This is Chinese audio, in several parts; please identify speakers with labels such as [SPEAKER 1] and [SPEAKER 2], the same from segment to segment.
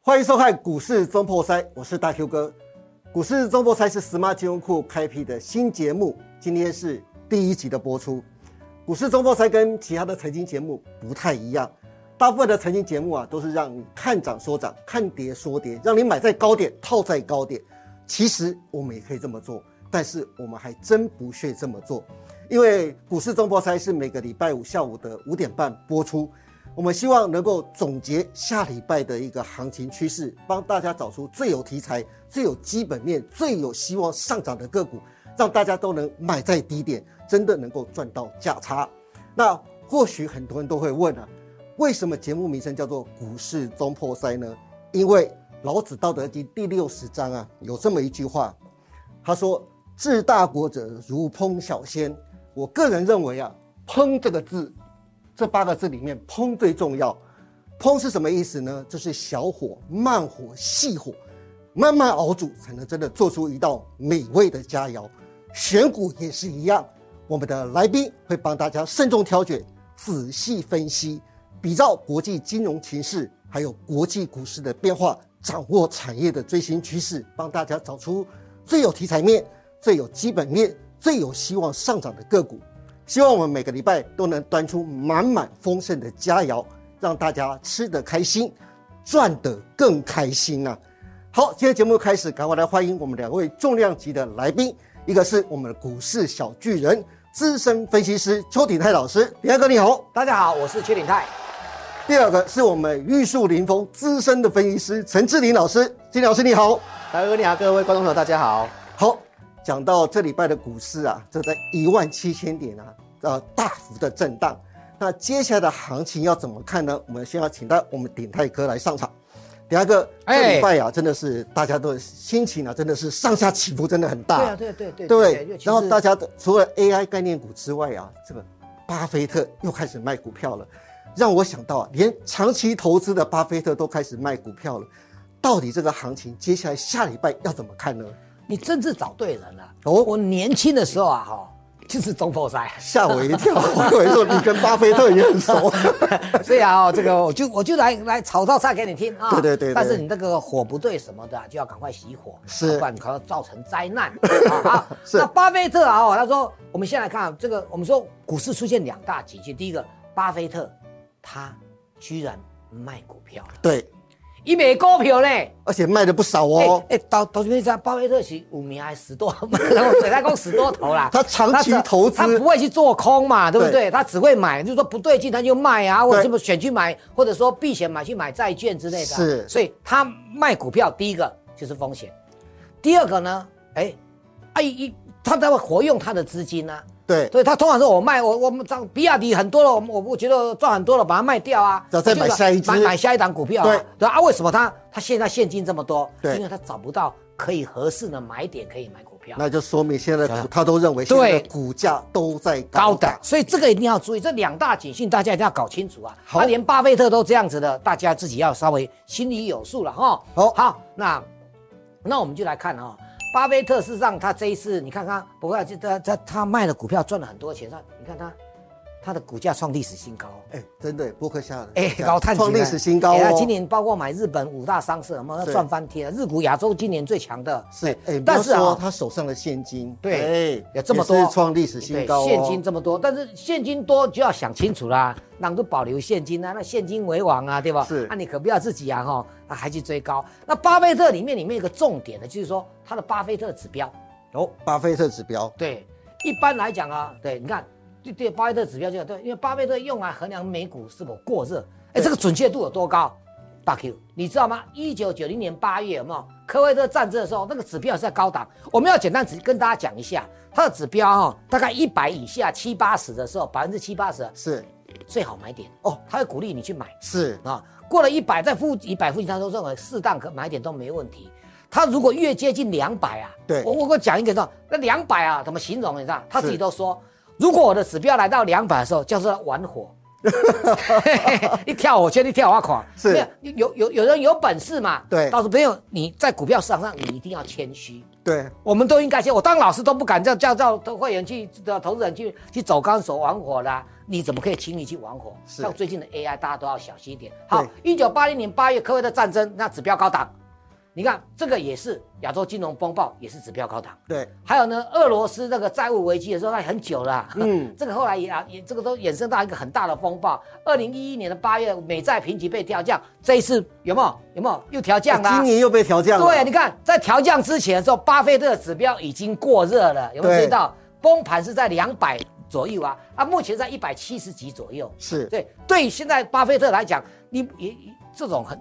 [SPEAKER 1] 欢迎收看股市中破塞，我是大 Q 哥。股市中破塞是 Smart 金融库开辟的新节目，今天是第一集的播出。股市中破塞跟其他的财经节目不太一样，大部分的财经节目啊都是让你看涨说涨，看跌说跌，让你买在高点，套在高点。其实我们也可以这么做，但是我们还真不屑这么做，因为股市中破塞是每个礼拜五下午的五点半播出。我们希望能够总结下礼拜的一个行情趋势，帮大家找出最有题材、最有基本面、最有希望上涨的个股，让大家都能买在低点，真的能够赚到价差。那或许很多人都会问啊，为什么节目名称叫做“股市中破塞”呢？因为老子《道德经》第六十章啊，有这么一句话，他说：“治大国者，如烹小鲜。”我个人认为啊，“烹”这个字这八个字里面，烹最重要。烹是什么意思呢？就是小火、慢火、细火，慢慢熬煮，才能真的做出一道美味的佳肴。选股也是一样，我们的来宾会帮大家慎重挑选，仔细分析，比照国际金融情势，还有国际股市的变化，掌握产业的最新趋势，帮大家找出最有题材面、最有基本面、最有希望上涨的个股。希望我们每个礼拜都能端出满满丰盛的佳肴，让大家吃得开心，赚得更开心啊！好，今天节目开始，赶快来欢迎我们两位重量级的来宾，一个是我们的股市小巨人、资深分析师邱鼎泰老师，鼎泰哥你好；
[SPEAKER 2] 大家好，我是邱鼎泰。
[SPEAKER 1] 第二个是我们玉树临风资深的分析师陈志林老师，金老师你好。
[SPEAKER 2] 大哥你好，各位观众朋友大家好。
[SPEAKER 1] 好，讲到这礼拜的股市啊，这在一万七千点啊，呃，大幅的震荡。那接下来的行情要怎么看呢？我们先要请到我们鼎泰哥来上场。鼎泰哥，
[SPEAKER 2] 哎
[SPEAKER 1] 这礼拜啊，真的是大家的心情啊，真的是上下起伏，真的很大。
[SPEAKER 2] 对啊，对对对
[SPEAKER 1] 对不
[SPEAKER 2] 因为
[SPEAKER 1] 对
[SPEAKER 2] 其？实
[SPEAKER 1] 然后大家的除了 AI 概念股之外啊，这个巴菲特又开始卖股票了，让我想到啊，连长期投资的巴菲特都开始卖股票了。到底这个行情接下来下礼拜要怎么看呢？
[SPEAKER 2] 你真是找对人了。
[SPEAKER 1] 哦
[SPEAKER 2] 哦，我年轻的时候啊，哈，就是中破 塞，
[SPEAKER 1] 吓我一跳， 我以为说你跟巴菲特也很 熟。
[SPEAKER 2] 所以啊，这个我就我就来来炒道菜给你听啊。
[SPEAKER 1] 对对对对
[SPEAKER 2] 但是你那个火不对什么的啊，就要赶快熄火，啊
[SPEAKER 1] 是
[SPEAKER 2] 不然你可能造成灾 难。啊好，那巴菲特啊，哦他说，我们先来看啊这个，我们说股市出现两大急剧，第一个，巴菲特他居然卖股票了，
[SPEAKER 1] 对，
[SPEAKER 2] 一美股票嘞。
[SPEAKER 1] 而且卖的不少哦
[SPEAKER 2] 哎、。欸，导导致这巴菲特是五名还是十多， 我对他共十多头 啦。
[SPEAKER 1] 他长期投资
[SPEAKER 2] 他不会去做空嘛，对不
[SPEAKER 1] 对
[SPEAKER 2] 对？他只会买，就是说不对劲他就卖啊，或者
[SPEAKER 1] 对
[SPEAKER 2] 什么选去买，或者说避险买去买债券之类的啊。
[SPEAKER 1] 是
[SPEAKER 2] 所以他卖股票，第一个就是风险，第二个呢，哎、哎一、他才会活用他的资金呢、啊。
[SPEAKER 1] 对，
[SPEAKER 2] 对他通常说我卖我我们涨比亚迪很多了，我们我我觉得赚很多了，把它卖掉啊，
[SPEAKER 1] 然后再买下一只
[SPEAKER 2] 买买下一档股票、啊。
[SPEAKER 1] 对
[SPEAKER 2] 对啊，为什么他他现在现金这么多？
[SPEAKER 1] 对
[SPEAKER 2] 因为他找不到可以合适的买点可以买股票。
[SPEAKER 1] 那就说明现在的股他都认为现在的股价都在高
[SPEAKER 2] 高
[SPEAKER 1] 档
[SPEAKER 2] 的，。所以这个一定要注意，这两大警讯大家一定要搞清楚啊！
[SPEAKER 1] 好
[SPEAKER 2] 啊连巴菲特都这样子的，大家自己要稍微心里有数了哈。
[SPEAKER 1] 好
[SPEAKER 2] 好，那那我们就来看哈、巴菲特事实上他这一次，你看看，不过这他他他卖了股票赚了很多钱，那你看他他的股价创历史新高。
[SPEAKER 1] 哎，真的波克夏的，
[SPEAKER 2] 哎， 高探
[SPEAKER 1] 创历史新高
[SPEAKER 2] 哎
[SPEAKER 1] 哦。
[SPEAKER 2] 今年包括买日本五大商社，有没有
[SPEAKER 1] 对
[SPEAKER 2] 赚翻天？日股亚洲今年最强的，
[SPEAKER 1] 是，哎，但
[SPEAKER 2] 但
[SPEAKER 1] 是
[SPEAKER 2] 是啊
[SPEAKER 1] 说他手上的现金，
[SPEAKER 2] 对
[SPEAKER 1] 哎，
[SPEAKER 2] 有这么多
[SPEAKER 1] 也是创历史新高哦。
[SPEAKER 2] 对现金这么多，但是现金多就要想清楚啦，那都保留现金啊，那现金为王啊，对吧？
[SPEAKER 1] 是
[SPEAKER 2] 那、你可不要自己啊哈，啊还去追高。那巴菲特里面里面有个重点的，就是说他的巴菲特指标，
[SPEAKER 1] 哦，巴菲特指标，
[SPEAKER 2] 对，一般来讲啊，对，你看，对对，巴菲特指标就对，因为巴菲特用来衡量美股是否过热，哎，这个准确度有多高？大 Q，你知道吗？一九九零年八月有没有科威特战争的时候，那个指标是在高档。我们要简单只跟大家讲一下，它的指标哈、大概一百以下七八十的时候，百分之七八十
[SPEAKER 1] 是
[SPEAKER 2] 最好买点
[SPEAKER 1] 哦
[SPEAKER 2] 哦，他会鼓励你去买。
[SPEAKER 1] 是，
[SPEAKER 2] 啊，过了一百在附一百附近，他都认为适当可买点都没问题。他如果越接近两百啊，
[SPEAKER 1] 对
[SPEAKER 2] 我我给我讲一个说，那两百啊怎么形容？你知道，他自己
[SPEAKER 1] 是
[SPEAKER 2] 都说，如果我的指标来到两百的时候，叫做玩火，一跳我圈，一跳我垮。
[SPEAKER 1] 是
[SPEAKER 2] 没有有有有人有本事嘛？
[SPEAKER 1] 对
[SPEAKER 2] 到时候朋友你在股票市场上，你一定要谦虚。
[SPEAKER 1] 对
[SPEAKER 2] 我们都应该谦，我当老师都不敢叫叫叫会员去的投资人去去走钢索玩火啦、你怎么可以轻易去玩火？
[SPEAKER 1] 是
[SPEAKER 2] 像最近的 AI，大家都要小心一点。好，一九八零年八月科威的战争，那指标高档，你看这个也是亚洲金融风暴，也是指标高档。
[SPEAKER 1] 对，
[SPEAKER 2] 还有呢，俄罗斯那个债务危机的时候，那很久了啊、
[SPEAKER 1] 嗯
[SPEAKER 2] 这个后来也啊也这个都衍生到一个很大的风暴。二零一一年的八月，美债评级被调降，这一次有没有有没有又调降啦、
[SPEAKER 1] 哎今年又被调降了。
[SPEAKER 2] 对，你看在调降之前的时候，巴菲特的指标已经过热了，有没有
[SPEAKER 1] 对
[SPEAKER 2] 注意到？崩盘是在两百左右啊，啊，目前在一百七十几左右。
[SPEAKER 1] 是
[SPEAKER 2] 对，对于现在巴菲特来讲，你也这种很，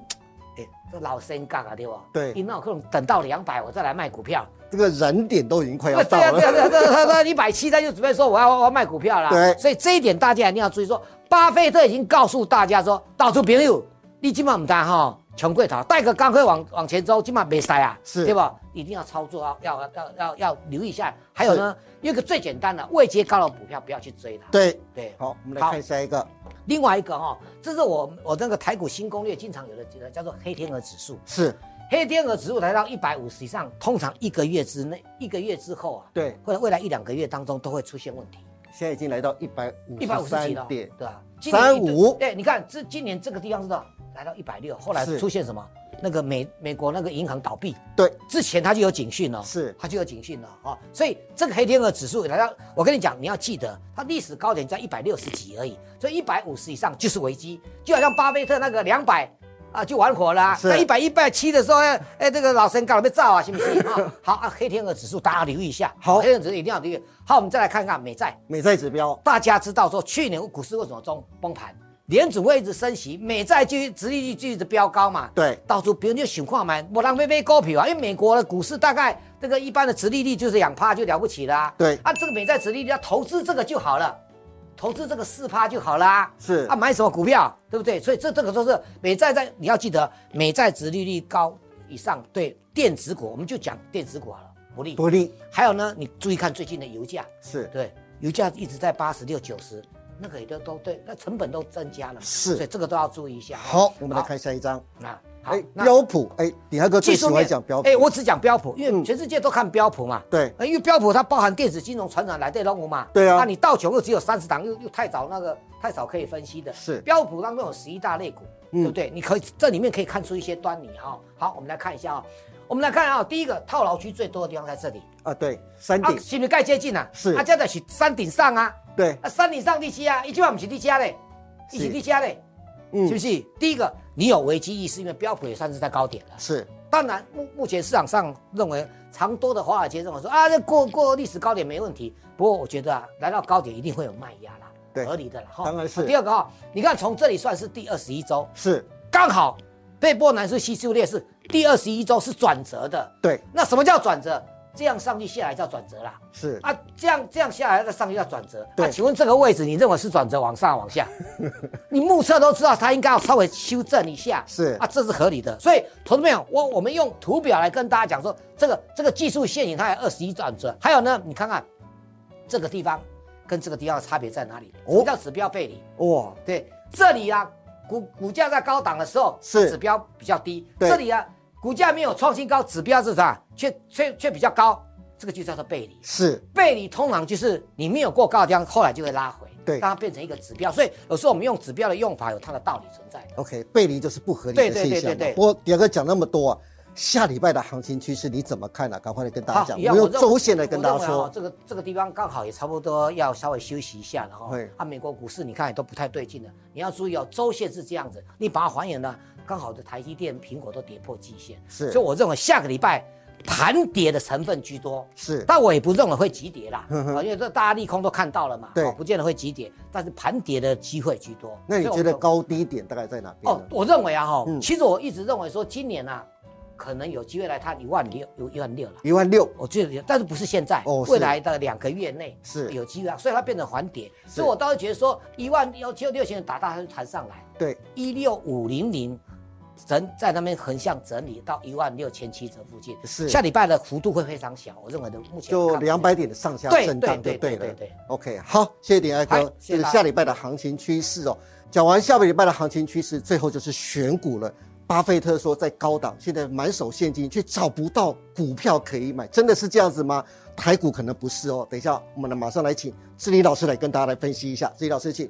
[SPEAKER 2] 哎，这老生杠啊，对吧？
[SPEAKER 1] 对
[SPEAKER 2] 你那可能等到两百我再来卖股票。
[SPEAKER 1] 这个燃点都已经快要到
[SPEAKER 2] 对啊，对
[SPEAKER 1] 了。
[SPEAKER 2] 啊，对啊，对啊他他一百七，他就准备说我要我要卖股票了。
[SPEAKER 1] 对
[SPEAKER 2] 所以这一点大家一定要注意说，巴菲特已经告诉大家说，到处朋友，你今晚唔单哈，穷贵逃，带个钢盔往往前走，今晚没塞啊，
[SPEAKER 1] 是
[SPEAKER 2] 对吧？一定要操作啊，要要要要要留意一下。还有呢，有一个最简单的，位阶高的股票不要去追它。
[SPEAKER 1] 对，
[SPEAKER 2] 对，
[SPEAKER 1] 好，我们来
[SPEAKER 2] 好
[SPEAKER 1] 看下一个，
[SPEAKER 2] 另外一个哈、这是我我那个台股新攻略经常有的叫做黑天鹅指数，
[SPEAKER 1] 是
[SPEAKER 2] 黑天鹅指数来到一百五十以上，通常一个月之内，一个月之后啊，
[SPEAKER 1] 对，
[SPEAKER 2] 或者未来一两个月当中都会出现问题。
[SPEAKER 1] 现在已经来到一百五
[SPEAKER 2] 一百五
[SPEAKER 1] 十嗯
[SPEAKER 2] 十
[SPEAKER 1] 三
[SPEAKER 2] 几了，
[SPEAKER 1] 点，
[SPEAKER 2] 对吧？今年
[SPEAKER 1] 35
[SPEAKER 2] 一度对，你看这今年这个地方是多少？来到一百六，后来
[SPEAKER 1] 是
[SPEAKER 2] 出现什么？那个美美国那个银行倒闭，
[SPEAKER 1] 对，
[SPEAKER 2] 之前它就有警讯了，
[SPEAKER 1] 是
[SPEAKER 2] 它就有警讯了啊、哦所以这个黑天鹅指数来到，我跟你讲，你要记得，它历史高点在一百六十几而已，所以一百五十以上就是危机，就好像巴菲特那个两百。啊，就玩火啦、
[SPEAKER 1] 是
[SPEAKER 2] 在一百一百七的时候，哎、哎这个老神搞了被炸啊，信不信啊？好啊，黑天鹅指数大家留意一下，
[SPEAKER 1] 好
[SPEAKER 2] 黑天鹅指数一定要留意。好，我们再来看看美债，
[SPEAKER 1] 美债指标
[SPEAKER 2] 大家知道说去年股市为什么中崩盘，联储会一直升息，美债就殖利率就一直飙高嘛。
[SPEAKER 1] 对
[SPEAKER 2] 到处别人就想看嘛，我浪费买股票啊，因为美国的股市大概这个一般的殖利率就是两趴就了不起啦、啊。
[SPEAKER 1] 对
[SPEAKER 2] 啊，这个美债殖利率要投资这个就好了，投资这个四趴就好啦。
[SPEAKER 1] 是
[SPEAKER 2] 啊，买什么股票，对不对？所以这这个都是美债在你要记得，美债殖利率高以上对电子股，我们就讲电子股好了，不利。
[SPEAKER 1] 不利，
[SPEAKER 2] 还有呢，你注意看最近的油价。
[SPEAKER 1] 是
[SPEAKER 2] 对，油价一直在八十六、九十，那个也都都对，那成本都增加了嘛，
[SPEAKER 1] 是
[SPEAKER 2] 所以这个都要注意一下。
[SPEAKER 1] 好，我们来看下一张。
[SPEAKER 2] 啊，好
[SPEAKER 1] 哎，，
[SPEAKER 2] 那
[SPEAKER 1] 标普，哎，李汉哥最
[SPEAKER 2] 技
[SPEAKER 1] 喜
[SPEAKER 2] 术
[SPEAKER 1] 欢
[SPEAKER 2] 面
[SPEAKER 1] 讲标普
[SPEAKER 2] 哎，，我只讲标普，因
[SPEAKER 1] 嗯
[SPEAKER 2] 为全世界都看标普嘛。
[SPEAKER 1] 对
[SPEAKER 2] 呃因为标普它包含电子、金融、传统来对龙五嘛。
[SPEAKER 1] 对啊
[SPEAKER 2] 那你道琼又只有三十档，又又太早那个太少可以分析的。
[SPEAKER 1] 是
[SPEAKER 2] 标普当中有十一大类股，
[SPEAKER 1] 嗯
[SPEAKER 2] 对不对？你可以这里面可以看出一些端倪啊。好，我们来看一下啊，我们来看啊，第一个套牢区最多的地方在这里，
[SPEAKER 1] 啊，对，山
[SPEAKER 2] 啊
[SPEAKER 1] 顶，，
[SPEAKER 2] 是不是该接近了？
[SPEAKER 1] 是
[SPEAKER 2] 啊，这在是山顶上啊。
[SPEAKER 1] 对，
[SPEAKER 2] 啊，山顶上地区啊，一句话不是地家嘞，
[SPEAKER 1] 是
[SPEAKER 2] 一起地家嘞，是不
[SPEAKER 1] 嗯，
[SPEAKER 2] 是？第一个，你有危机意识，因为标普也算是在高点了。
[SPEAKER 1] 是
[SPEAKER 2] 当然，目目前市场上认为长多的华尔街认为说啊，这过过历史高点没问题。不过我觉得啊，来到高点一定会有卖压啦，
[SPEAKER 1] 对
[SPEAKER 2] 合理的啦。哈
[SPEAKER 1] 当然是
[SPEAKER 2] 啊第二个哈，你看从这里算是第二十一周，
[SPEAKER 1] 是，
[SPEAKER 2] 刚好被波南斯西数列是第二十一周是转折的。
[SPEAKER 1] 对，
[SPEAKER 2] 那什么叫转折？这样上去下来叫转折啦。
[SPEAKER 1] 是
[SPEAKER 2] 啊，这样这样下来再上去要转折。
[SPEAKER 1] 对
[SPEAKER 2] 那、请问这个位置你认为是转折往上 往下？你目测都知道它应该要稍微修正一下，
[SPEAKER 1] 是
[SPEAKER 2] 啊，这是合理的。所以，投资朋友，我我们用图表来跟大家讲说，这个这个技术陷阱它有二十一转折，还有呢，你看看这个地方跟这个地方的差别在哪里？
[SPEAKER 1] 哦
[SPEAKER 2] 什么叫指标背离？
[SPEAKER 1] 哇，
[SPEAKER 2] 对，这里啊，股股价在高档的时候，
[SPEAKER 1] 是
[SPEAKER 2] 指标比较低。
[SPEAKER 1] 对
[SPEAKER 2] 这里啊，股价没有创新高，指标是啥？却却却比较高，这个就叫做背离。
[SPEAKER 1] 是
[SPEAKER 2] 背离通常就是你没有过高的地方，后来就会拉回，
[SPEAKER 1] 对
[SPEAKER 2] 让它变成一个指标。所以有时候我们用指标的用法有它的道理存在的。
[SPEAKER 1] OK，背离就是不合理
[SPEAKER 2] 对
[SPEAKER 1] 的
[SPEAKER 2] 对
[SPEAKER 1] 现
[SPEAKER 2] 对
[SPEAKER 1] 象嘛。
[SPEAKER 2] 对对
[SPEAKER 1] 不过迪哥讲那么多啊，下礼拜的行情趋势你怎么看呢、赶快来跟大家讲，
[SPEAKER 2] 一
[SPEAKER 1] 我
[SPEAKER 2] 样
[SPEAKER 1] 用
[SPEAKER 2] 认
[SPEAKER 1] 周线来跟大
[SPEAKER 2] 我
[SPEAKER 1] 家
[SPEAKER 2] 认为哦
[SPEAKER 1] 说。
[SPEAKER 2] 这个这个地方刚好也差不多要稍微休息一下了哈
[SPEAKER 1] 会。
[SPEAKER 2] 啊，美国股市你看也都不太对劲了，你要注意哦，周线是这样子，你把它还原了，刚好的台积电、苹果都跌破季线，
[SPEAKER 1] 是
[SPEAKER 2] 所以我认为下个礼拜盘跌的成分居多。
[SPEAKER 1] 是
[SPEAKER 2] 但我也不认为会急跌啦，
[SPEAKER 1] 嗯哼
[SPEAKER 2] 啊因为这大家利空都看到了嘛，
[SPEAKER 1] 对
[SPEAKER 2] 哦不见得会急跌，但是盘跌的机会居多。
[SPEAKER 1] 那你
[SPEAKER 2] 所以我
[SPEAKER 1] 觉得
[SPEAKER 2] 认为
[SPEAKER 1] 高低点大概在哪边
[SPEAKER 2] 哦
[SPEAKER 1] 呢？，
[SPEAKER 2] 我认为啊，哈、
[SPEAKER 1] 嗯
[SPEAKER 2] 其实我一直认为说今年啊，可能有机会来探一万六，有一万六了。
[SPEAKER 1] 一万六
[SPEAKER 2] 我觉得有，但是不是现在，
[SPEAKER 1] 哦是
[SPEAKER 2] 未来的两个月内
[SPEAKER 1] 是
[SPEAKER 2] 有机会啊，所以它变成环跌，
[SPEAKER 1] 是
[SPEAKER 2] 所以我倒是觉得说一万幺七六千打大它就弹上来，
[SPEAKER 1] 对
[SPEAKER 2] 一六五零零整在那边横向整理到一万六千七折附近，
[SPEAKER 1] 是
[SPEAKER 2] 下礼拜的幅度会非常小，我认为的目前
[SPEAKER 1] 就
[SPEAKER 2] 看不
[SPEAKER 1] 两
[SPEAKER 2] 见
[SPEAKER 1] 百点的上下
[SPEAKER 2] 对
[SPEAKER 1] 震荡就
[SPEAKER 2] 对
[SPEAKER 1] 对
[SPEAKER 2] 对
[SPEAKER 1] 了
[SPEAKER 2] 对对。
[SPEAKER 1] OK，好，谢谢鼎爱
[SPEAKER 2] 好
[SPEAKER 1] 哥，这
[SPEAKER 2] 谢谢
[SPEAKER 1] 是
[SPEAKER 2] 大家
[SPEAKER 1] 下礼拜的行情趋势哦。讲完下个礼拜的行情趋势，最后就是选股了。巴菲特说，在高档现在满手现金，却找不到股票可以买，真的是这样子吗？台股可能不是哦。等一下，我们呢马上来请志林老师来跟大家来分析一下。志林老师，请。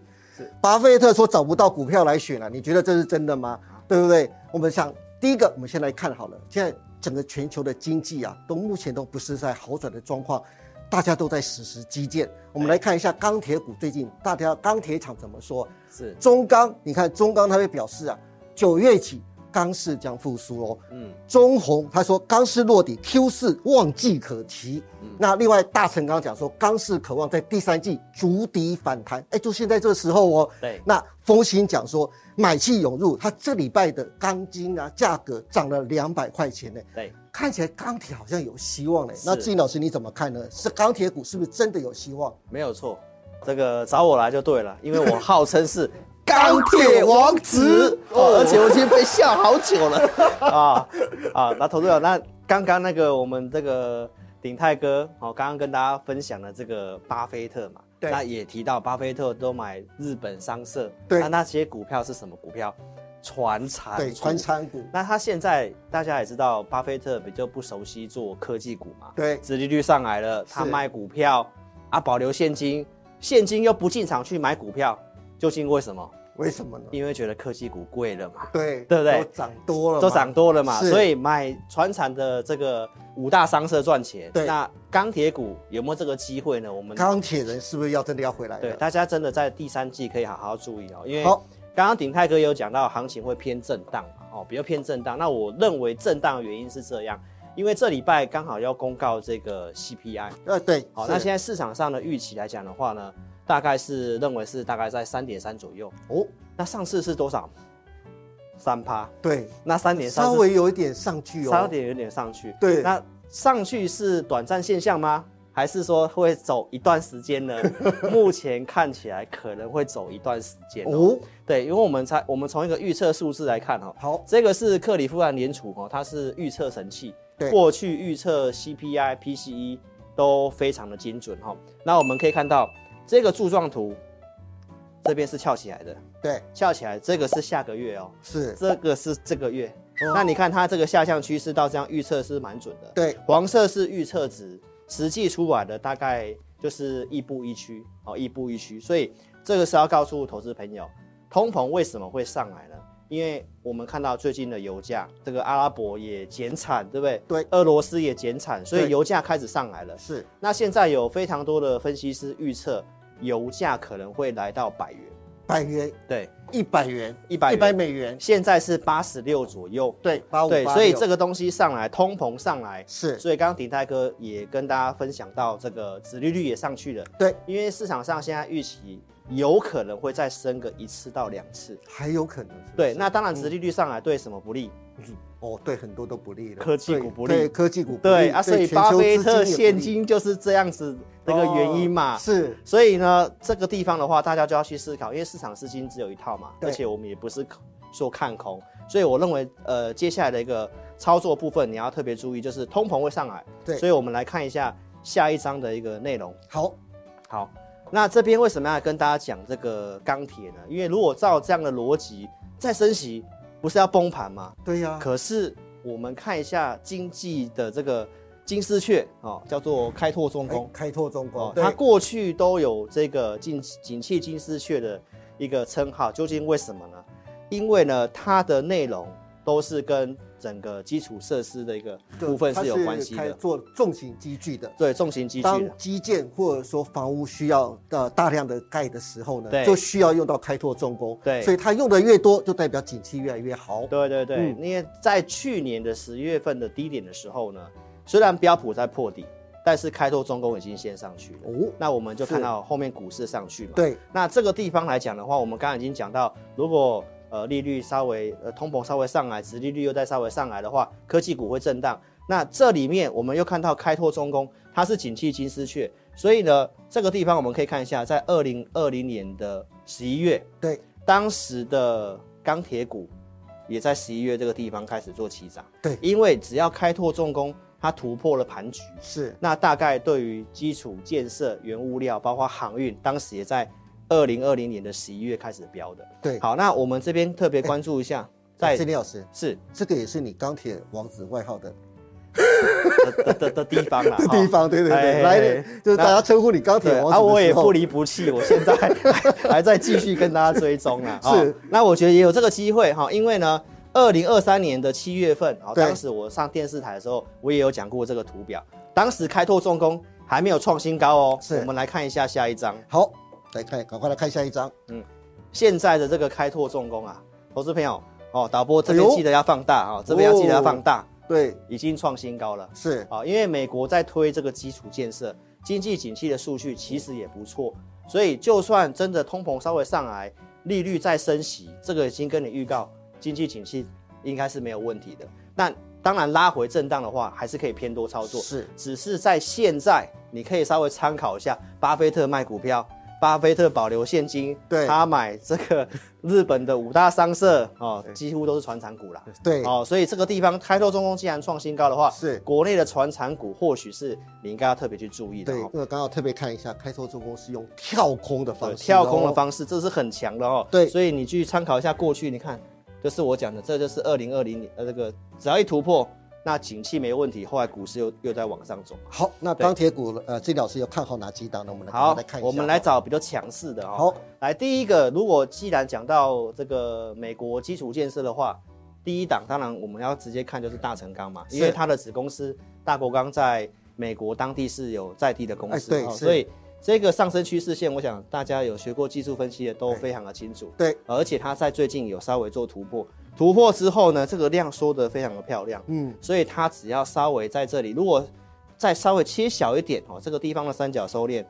[SPEAKER 1] 巴菲特说找不到股票来选啊了、你觉得这是真的吗？对不对？我们想第一个，我们先来看好了，现在整个全球的经济啊，都目前都不是在好转的状况，大家都在实施基建。我们来看一下钢铁股最近大家钢铁厂怎么说？
[SPEAKER 3] 是，
[SPEAKER 1] 中钢，你看中钢它会表示啊，九月起钢市将复苏哦。
[SPEAKER 3] 嗯，
[SPEAKER 1] 中红他说钢市落底 Q 四旺季可期，那另外大成刚讲说钢市渴望在第三季筑底反弹，哎，就现在这个时候哦。
[SPEAKER 3] 对
[SPEAKER 1] 那风行讲说买气涌入，它这礼拜的钢筋啊价格涨了两百块钱呢，
[SPEAKER 3] 对，
[SPEAKER 1] 看起来钢铁好像有希望呢。
[SPEAKER 3] 是
[SPEAKER 1] 那志颖老师你怎么看呢？是钢铁股是不是真的有希望？
[SPEAKER 3] 没有错，这个找我来就对了，因为我号称是钢铁王子，哦、而且我已经被笑好久了 啊啊！那投资者，那刚刚那个我们这个鼎泰哥，好、刚刚跟大家分享了这个巴菲特嘛，
[SPEAKER 1] 对
[SPEAKER 3] 那也提到巴菲特都买日本商社，
[SPEAKER 1] 对
[SPEAKER 3] 那那些股票是什么股票？船产
[SPEAKER 1] 对，
[SPEAKER 3] 股
[SPEAKER 1] 传产股，
[SPEAKER 3] 那他现在大家也知道，巴菲特比较不熟悉做科技股嘛，
[SPEAKER 1] 对
[SPEAKER 3] 殖利率上来了，他
[SPEAKER 1] 是
[SPEAKER 3] 卖股票啊，保留现金，现金又不进场去买股票，究竟为什么？
[SPEAKER 1] 为什么呢？
[SPEAKER 3] 因为觉得科技股贵了嘛，
[SPEAKER 1] 对
[SPEAKER 3] 对不对
[SPEAKER 1] 都涨多了嘛，
[SPEAKER 3] 都涨多了嘛，
[SPEAKER 1] 是
[SPEAKER 3] 所以买船产的这个五大商社赚钱。
[SPEAKER 1] 对
[SPEAKER 3] 那钢铁股有没有这个机会呢？我们
[SPEAKER 1] 钢铁人是不是要真的要回来了？
[SPEAKER 3] 对大家真的在第三季可以好好注意哦，因为
[SPEAKER 1] 好
[SPEAKER 3] 刚刚鼎泰哥有讲到行情会偏震荡嘛，哦，比较偏震荡。那我认为震荡的原因是这样，因为这礼拜刚好要公告这个 CPI，
[SPEAKER 1] 呃，对，
[SPEAKER 3] 好，
[SPEAKER 1] 是
[SPEAKER 3] 那现在市场上的预期来讲的话呢，大概是认为是大概在三点三左右。
[SPEAKER 1] 哦，
[SPEAKER 3] 那上次是多少？三趴。
[SPEAKER 1] 对，
[SPEAKER 3] 那三点三
[SPEAKER 1] 稍微有一点上去哦，
[SPEAKER 3] 稍点有点上去。
[SPEAKER 1] 对
[SPEAKER 3] 那上去是短暂现象吗？还是说会走一段时间 呢？目前看起来可能会走一段时间哦
[SPEAKER 1] 哦，
[SPEAKER 3] 对，因为我们才我们从一个预测数字来看哦，
[SPEAKER 1] 好，
[SPEAKER 3] 这个是克里夫兰联储哦，它是预测神器
[SPEAKER 1] 对，
[SPEAKER 3] 过去预测 CPI、PCE E 都非常的精准哦。那我们可以看到这个柱状图，这边是翘起来的，
[SPEAKER 1] 对，
[SPEAKER 3] 翘起来，这个是下个月哦，
[SPEAKER 1] 是，哦
[SPEAKER 3] 这个是这个月。那你看它这个下降趋势到这样预测是蛮准的，
[SPEAKER 1] 对，
[SPEAKER 3] 黄色是预测值，实际出来的大概就是亦步亦趋，哦，亦步亦趋。所以这个是要告诉投资朋友，通膨为什么会上来呢？因为我们看到最近的油价，这个阿拉伯也减产，对不对？
[SPEAKER 1] 对
[SPEAKER 3] 俄罗斯也减产，所
[SPEAKER 1] 对
[SPEAKER 3] 以油价开始上来了。
[SPEAKER 1] 是，
[SPEAKER 3] 那现在有非常多的分析师预测，油价可能会来到百元，
[SPEAKER 1] 百元，
[SPEAKER 3] 对，
[SPEAKER 1] 一百元，
[SPEAKER 3] 一百
[SPEAKER 1] 一百美元，
[SPEAKER 3] 现在是八十六左右。
[SPEAKER 1] 对，八五，
[SPEAKER 3] 对，所以这
[SPEAKER 1] 个
[SPEAKER 3] 个东西上来，通膨上来，
[SPEAKER 1] 是，
[SPEAKER 3] 所以刚刚鼎泰哥也跟大家分享到，这个殖利率也上去了，
[SPEAKER 1] 对，
[SPEAKER 3] 因为市场上现在预期有可能会再升个一次到两次。
[SPEAKER 1] 还有可能是，
[SPEAKER 3] 对，那当然殖利率上来对什么不利？
[SPEAKER 1] 哦，对，很多都不利了，
[SPEAKER 3] 科技股
[SPEAKER 1] 对
[SPEAKER 3] 不利
[SPEAKER 1] 对，科技股不利，
[SPEAKER 3] 对啊，所以
[SPEAKER 1] 全
[SPEAKER 3] 巴
[SPEAKER 1] 球
[SPEAKER 3] 菲
[SPEAKER 1] 资
[SPEAKER 3] 特
[SPEAKER 1] 也不
[SPEAKER 3] 现
[SPEAKER 1] 利
[SPEAKER 3] 金就是这样子的一个原因嘛。
[SPEAKER 1] 哦是，
[SPEAKER 3] 所以呢，这个地方的话，大家就要去思考，因为市场资金只有一套嘛，
[SPEAKER 1] 对
[SPEAKER 3] 而且我们也不是说看空，所以我认为，呃，接下来的一个操作部分你要特别注意，就是通膨会上来，
[SPEAKER 1] 对
[SPEAKER 3] 所以我们来看一下下一章的一个内容。
[SPEAKER 1] 好，
[SPEAKER 3] 好，那这边为什么要跟大家讲这个钢铁呢？因为如果照这样的逻辑再升息，不是要崩盘吗？
[SPEAKER 1] 对呀，
[SPEAKER 3] 可是我们看一下经济的这个金丝雀哦，叫做开拓重工
[SPEAKER 1] 哎。开拓中
[SPEAKER 3] 哦
[SPEAKER 1] 国，，
[SPEAKER 3] 它
[SPEAKER 1] 对，
[SPEAKER 3] 过去都有这个景景气金丝雀的一个称号，究竟为什么呢？因为呢，它的内容都是跟整个基础设施的一个
[SPEAKER 1] 就
[SPEAKER 3] 部分
[SPEAKER 1] 它
[SPEAKER 3] 是有关系
[SPEAKER 1] 开
[SPEAKER 3] 的，
[SPEAKER 1] 做重型机具的。
[SPEAKER 3] 对，重型机具的
[SPEAKER 1] 当基建或者说房屋需要呃大量的盖的时候呢，
[SPEAKER 3] 对
[SPEAKER 1] 就需要用到开拓重工。
[SPEAKER 3] 对
[SPEAKER 1] 所以它用的越多，就代表景气越来越好。
[SPEAKER 3] 对对对，因为在去年的十月份的低点的时候呢，虽然标普在破底，但是开拓重工已经先上去了。
[SPEAKER 1] 哦
[SPEAKER 3] 那我们就是看到后面股市上去嘛。
[SPEAKER 1] 对，
[SPEAKER 3] 那这个地方来讲的话，我们刚刚已经讲到，如果呃利率稍微呃通膨稍微上来，殖利率又再稍微上来的话，科技股会震荡。那这里面我们又看到开拓重工，它是景气金丝雀，所以呢，这个地方我们可以看一下，在二零二零年的十一月，
[SPEAKER 1] 对，
[SPEAKER 3] 当时的钢铁股也在十一月这个地方开始做起涨。
[SPEAKER 1] 对
[SPEAKER 3] 因为只要开拓重工，它突破了盘局，
[SPEAKER 1] 是
[SPEAKER 3] 那大概对于基础建设、原物料，包括航运，当时也在二零二零年的十一月开始标的。
[SPEAKER 1] 对。哎
[SPEAKER 3] 好，那我们这边特别关注一下，在
[SPEAKER 1] 志林老师，
[SPEAKER 3] 是
[SPEAKER 1] 这个也是你钢铁王子外号的
[SPEAKER 3] 的的的的地方啦，
[SPEAKER 1] 地
[SPEAKER 3] 哈
[SPEAKER 1] 方，对对对，
[SPEAKER 3] 啊哎
[SPEAKER 1] 来
[SPEAKER 3] 哎哎，
[SPEAKER 1] 就是大家称呼你钢铁
[SPEAKER 3] 对，
[SPEAKER 1] 王
[SPEAKER 3] 啊，
[SPEAKER 1] 子的
[SPEAKER 3] 我也
[SPEAKER 1] 时候
[SPEAKER 3] 不离不弃，我现 在还还在继续跟大家追踪啊。哦
[SPEAKER 1] 是，
[SPEAKER 3] 那我觉得也有这个机会哈，因为呢，二零二三年的七月份，好，
[SPEAKER 1] 对
[SPEAKER 3] 当时我上电视台的时候，我也有讲过这个图表，当时开拓重工还没有创新高哦。
[SPEAKER 1] 是
[SPEAKER 3] 我们来看一下下一张，
[SPEAKER 1] 好，来看，赶快来看下一张，
[SPEAKER 3] 现在的这个开拓重工啊，投资朋友哦，导播这边
[SPEAKER 1] 哎呦
[SPEAKER 3] 记得要放大啊、哦，这边要记得要放大，
[SPEAKER 1] 对，
[SPEAKER 3] 已经创新高了。
[SPEAKER 1] 是
[SPEAKER 3] 啊，因为美国在推这个基础建设，经济景气的数据其实也不错，所以就算真的通膨稍微上来，利率再升息，这个已经跟你预告，经济景气应该是没有问题的。那当然拉回震荡的话，还是可以偏多操作，
[SPEAKER 1] 是
[SPEAKER 3] 只是在现在你可以稍微参考一下巴菲特卖股票。巴菲特保留现金，
[SPEAKER 1] 对
[SPEAKER 3] 他买这个日本的五大商社哦，几乎都是传产股啦。
[SPEAKER 1] 对，
[SPEAKER 3] 哦，所以这个地方开拓重工既然创新高的话，
[SPEAKER 1] 是
[SPEAKER 3] 国内的船产股或许是你应该要特别去注意的、
[SPEAKER 1] 对，
[SPEAKER 3] 哦
[SPEAKER 1] 因。为刚好特别看一下，开拓重工是用跳空的方式哦，
[SPEAKER 3] 跳空的方式，这是很强的哦。
[SPEAKER 1] 对
[SPEAKER 3] 所以你去参考一下过去，你看，就是我讲的，这就是二零二零年呃，这个只要一突破，那景气没问题，后来股市又又在往上走。
[SPEAKER 1] 好，那钢铁股呃，这老师有看好哪几档呢？我们来
[SPEAKER 3] 好
[SPEAKER 1] 来看，一下。
[SPEAKER 3] 我们来找比较强势的哦。
[SPEAKER 1] 好，
[SPEAKER 3] 来第一个，如果既然讲到这个美国基础建设的话，第一档当然我们要直接看就是大成钢嘛，
[SPEAKER 1] 是
[SPEAKER 3] 因为它的子公司大国钢在美国当地是有在地的公司，
[SPEAKER 1] 哎对
[SPEAKER 3] 哦
[SPEAKER 1] 是
[SPEAKER 3] 所以这个上升趋势线，我想大家有学过技术分析的都
[SPEAKER 1] 哎
[SPEAKER 3] 非常的清楚。
[SPEAKER 1] 对，
[SPEAKER 3] 而且它在最近有稍微做突破，突破之后呢，这个量缩得非常的漂亮，
[SPEAKER 1] 嗯，
[SPEAKER 3] 所以它只要稍微在这里，如果再稍微切小一点哦，这个地方的三角收敛，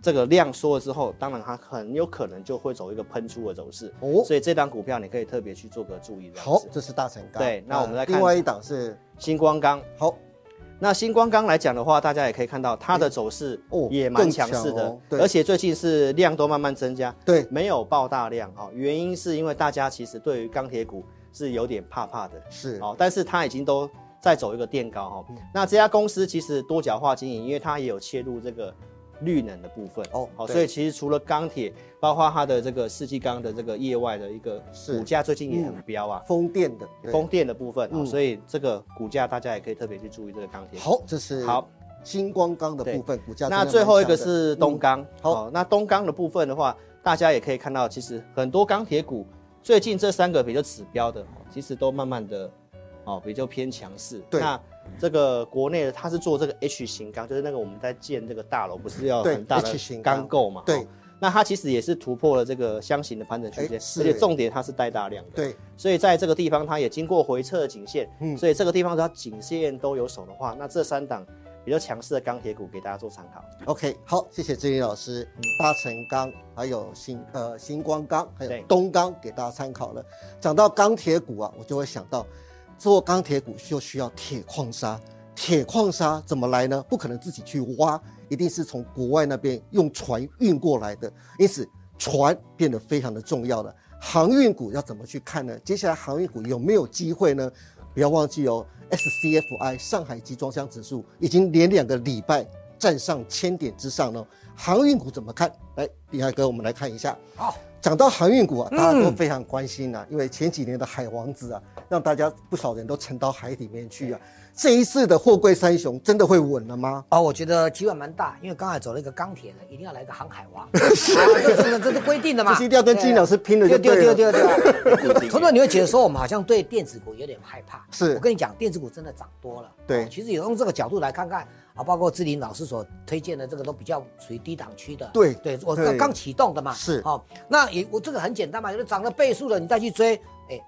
[SPEAKER 3] 这个量缩了之后，当然它很有可能就会走一个喷出的走势。
[SPEAKER 1] 哦，
[SPEAKER 3] 所以这档股票你可以特别去做个注意。这样
[SPEAKER 1] 好
[SPEAKER 3] 子，
[SPEAKER 1] 这是大成钢。
[SPEAKER 3] 对那我们来看
[SPEAKER 1] 另外一档是
[SPEAKER 3] 星光钢。
[SPEAKER 1] 好
[SPEAKER 3] 那星光钢来讲的话，大家也可以看到它的走势
[SPEAKER 1] 哦
[SPEAKER 3] 也
[SPEAKER 1] 更
[SPEAKER 3] 蛮强势
[SPEAKER 1] 强
[SPEAKER 3] 的，
[SPEAKER 1] 哦对
[SPEAKER 3] 而且最近是量都慢慢增加，
[SPEAKER 1] 对
[SPEAKER 3] 没有爆大量哦。原因是因为大家其实对于钢铁股是有点怕怕的，
[SPEAKER 1] 是
[SPEAKER 3] 哦，但是它已经都在走一个垫高
[SPEAKER 1] 嗯
[SPEAKER 3] 哈、哦。那这家公司其实多角化经营，因为它也有切入这个绿能的部分
[SPEAKER 1] 哦
[SPEAKER 3] 好、
[SPEAKER 1] 对
[SPEAKER 3] 所以其实除了钢铁，包括它的这个世纪钢的这个业外的一个
[SPEAKER 1] 是
[SPEAKER 3] 股价，最近也很飙啊。
[SPEAKER 1] 风电的对
[SPEAKER 3] 风电的部分、哦，
[SPEAKER 1] 嗯
[SPEAKER 3] 所以这个股价大家也可以特别去注意这个钢铁。
[SPEAKER 1] 好，这是
[SPEAKER 3] 好
[SPEAKER 1] 星光钢的部分股价。
[SPEAKER 3] 那最后一个是东
[SPEAKER 1] 钢，
[SPEAKER 3] 钢、
[SPEAKER 1] 嗯好
[SPEAKER 3] 哦那东钢的部分的话，大家也可以看到，其实很多钢铁股最近这三个比较指标的，哦其实都慢慢的哦比较偏强势。
[SPEAKER 1] 对
[SPEAKER 3] 那这个国内的它是做这个 H 型钢，就是那个我们在建这个大楼不是要
[SPEAKER 1] 对
[SPEAKER 3] 很大
[SPEAKER 1] H
[SPEAKER 3] 的
[SPEAKER 1] 型钢
[SPEAKER 3] 钢构嘛？
[SPEAKER 1] 对
[SPEAKER 3] 哦那它其实也是突破了这个箱型的盘整区
[SPEAKER 1] 哎
[SPEAKER 3] 间，
[SPEAKER 1] 是
[SPEAKER 3] 而且重点它是带大量的。
[SPEAKER 1] 对
[SPEAKER 3] 所以在这个地方它也经过回撤颈线，
[SPEAKER 1] 嗯
[SPEAKER 3] 所以这个地方只要颈线都有手的话，那这三档比较强势的钢铁股给大家做参考。
[SPEAKER 1] ，OK，好，谢谢志林老师，大成钢还有星呃星光钢还
[SPEAKER 3] 对
[SPEAKER 1] 有东钢给大家参考了。讲到钢铁股啊，我就会想到做钢铁股就需要铁矿砂。铁矿砂怎么来呢？不可能自己去挖，一定是从国外那边用船运过来的。因此，船变得非常的重要了。航运股要怎么去看呢？接下来航运股有没有机会呢？不要忘记哦，SCFI 上海集装箱指数已经连两个礼拜站上千点之上了。航运股怎么看？来，李海哥，我们来看一下。
[SPEAKER 2] 好，
[SPEAKER 1] 讲到航运股啊，大家都非常关心啊，因为前几年的海王子啊，让大家不少人都沉到海里面去啊。这一次的货柜三雄真的会稳了吗？
[SPEAKER 2] 哦，我觉得机会蛮大，因为刚才走了一个钢铁的，一定要来个航海 王，啊这真的这是规定的嘛，
[SPEAKER 1] 这是一定要跟金老师拼了就
[SPEAKER 2] 对啊
[SPEAKER 1] 对
[SPEAKER 2] 对
[SPEAKER 1] 了
[SPEAKER 2] 对对 对对。彤彤，你会觉得说我们好像对电子股有点害怕，
[SPEAKER 1] 是
[SPEAKER 2] 我跟你讲，电子股真的涨多了。
[SPEAKER 1] 对
[SPEAKER 2] 哦其实也用这个角度来看看啊，包括志林老师所推荐的这个都比较属于低档区的。
[SPEAKER 1] 对
[SPEAKER 2] 对，我
[SPEAKER 1] 对
[SPEAKER 2] 刚刚启动的嘛。
[SPEAKER 1] 是
[SPEAKER 2] 哦，那也我这个很简单嘛，就是涨了倍数了，你再去追，哎。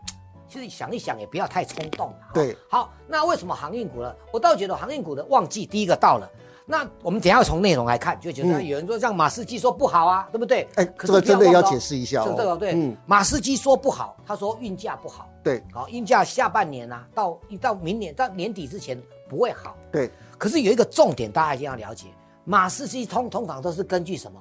[SPEAKER 2] 其实想一想，也不要太冲动了。哦
[SPEAKER 1] 对，
[SPEAKER 2] 好，那为什么航运股呢？我倒觉得航运股的旺季第一个到了。那我们等一下从内容来看，就觉得哎
[SPEAKER 1] 嗯
[SPEAKER 2] 有人说让马士基说不好啊，对不对？
[SPEAKER 1] 哎
[SPEAKER 2] 可
[SPEAKER 1] 这个
[SPEAKER 2] 是不要
[SPEAKER 1] 真的
[SPEAKER 2] 忘
[SPEAKER 1] 要
[SPEAKER 2] 了哦
[SPEAKER 1] 解释一下
[SPEAKER 2] 这
[SPEAKER 1] 哦
[SPEAKER 2] 这个对，
[SPEAKER 1] 嗯
[SPEAKER 2] 马士基说不好，他说运价不好，
[SPEAKER 1] 对
[SPEAKER 2] 好，运价下半年啊，到一到明年到年底之前不会好。
[SPEAKER 1] 对，
[SPEAKER 2] 可是有一个重点，大家一定要了解，马士基通通常都是根据什么？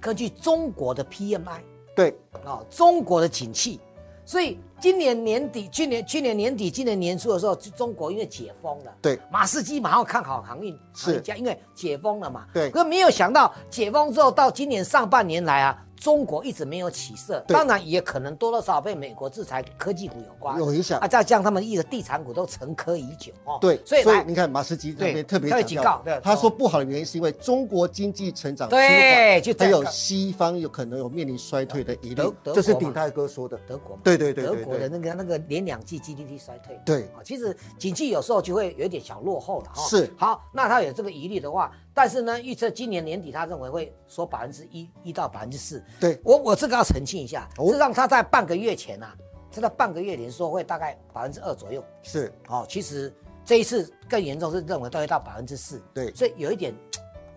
[SPEAKER 2] 根据中国的 PMI
[SPEAKER 1] 对，
[SPEAKER 2] 哦啊、中国的景气，所以今年年底，去年去年年底，今年年初的时候，中国因为解封了，
[SPEAKER 1] 对，
[SPEAKER 2] 马士基马上看好航运，
[SPEAKER 1] 是
[SPEAKER 2] 航运家，因为解封了嘛，
[SPEAKER 1] 对
[SPEAKER 2] 可没有想到解封之后，到今年上半年来啊，中国一直没有起色，
[SPEAKER 1] 对
[SPEAKER 2] 当然也可能多多少少被美国制裁科技股有关，
[SPEAKER 1] 有影响
[SPEAKER 2] 啊，再加上他们一的地产股都沉疴已久哦，
[SPEAKER 1] 对，
[SPEAKER 2] 所以来
[SPEAKER 1] 你看马士基这
[SPEAKER 2] 对
[SPEAKER 1] 边特别
[SPEAKER 2] 他会
[SPEAKER 1] 强调
[SPEAKER 2] 警告对
[SPEAKER 1] 他说不好的原因是因为中国经济成长
[SPEAKER 2] 对
[SPEAKER 1] 迟
[SPEAKER 2] 就
[SPEAKER 1] 缓，还有
[SPEAKER 2] 这个
[SPEAKER 1] 西方有可能有面临衰退的疑虑
[SPEAKER 2] 德，德
[SPEAKER 1] 这是
[SPEAKER 2] 国嘛
[SPEAKER 1] 鼎泰哥说的。
[SPEAKER 2] 德国嘛，
[SPEAKER 1] 对对对对
[SPEAKER 2] 德国的那个那个连两季 GDP 衰退嘛，
[SPEAKER 1] 对
[SPEAKER 2] 啊，其实景气有时候就会有点小落后了哈、
[SPEAKER 1] 是
[SPEAKER 2] 好，那他有这个疑虑的话，但是呢，预测今年年底他认为会缩百分之一一到百分之四。
[SPEAKER 1] 对
[SPEAKER 2] 我我这个要澄清一下，
[SPEAKER 1] 哦
[SPEAKER 2] 是让他在半个月前啊，他在半个月前说会大概百分之二左右。
[SPEAKER 1] 是
[SPEAKER 2] 哦，其实这一次更严重是认为大概到百分之四。
[SPEAKER 1] 对
[SPEAKER 2] 所以有一点。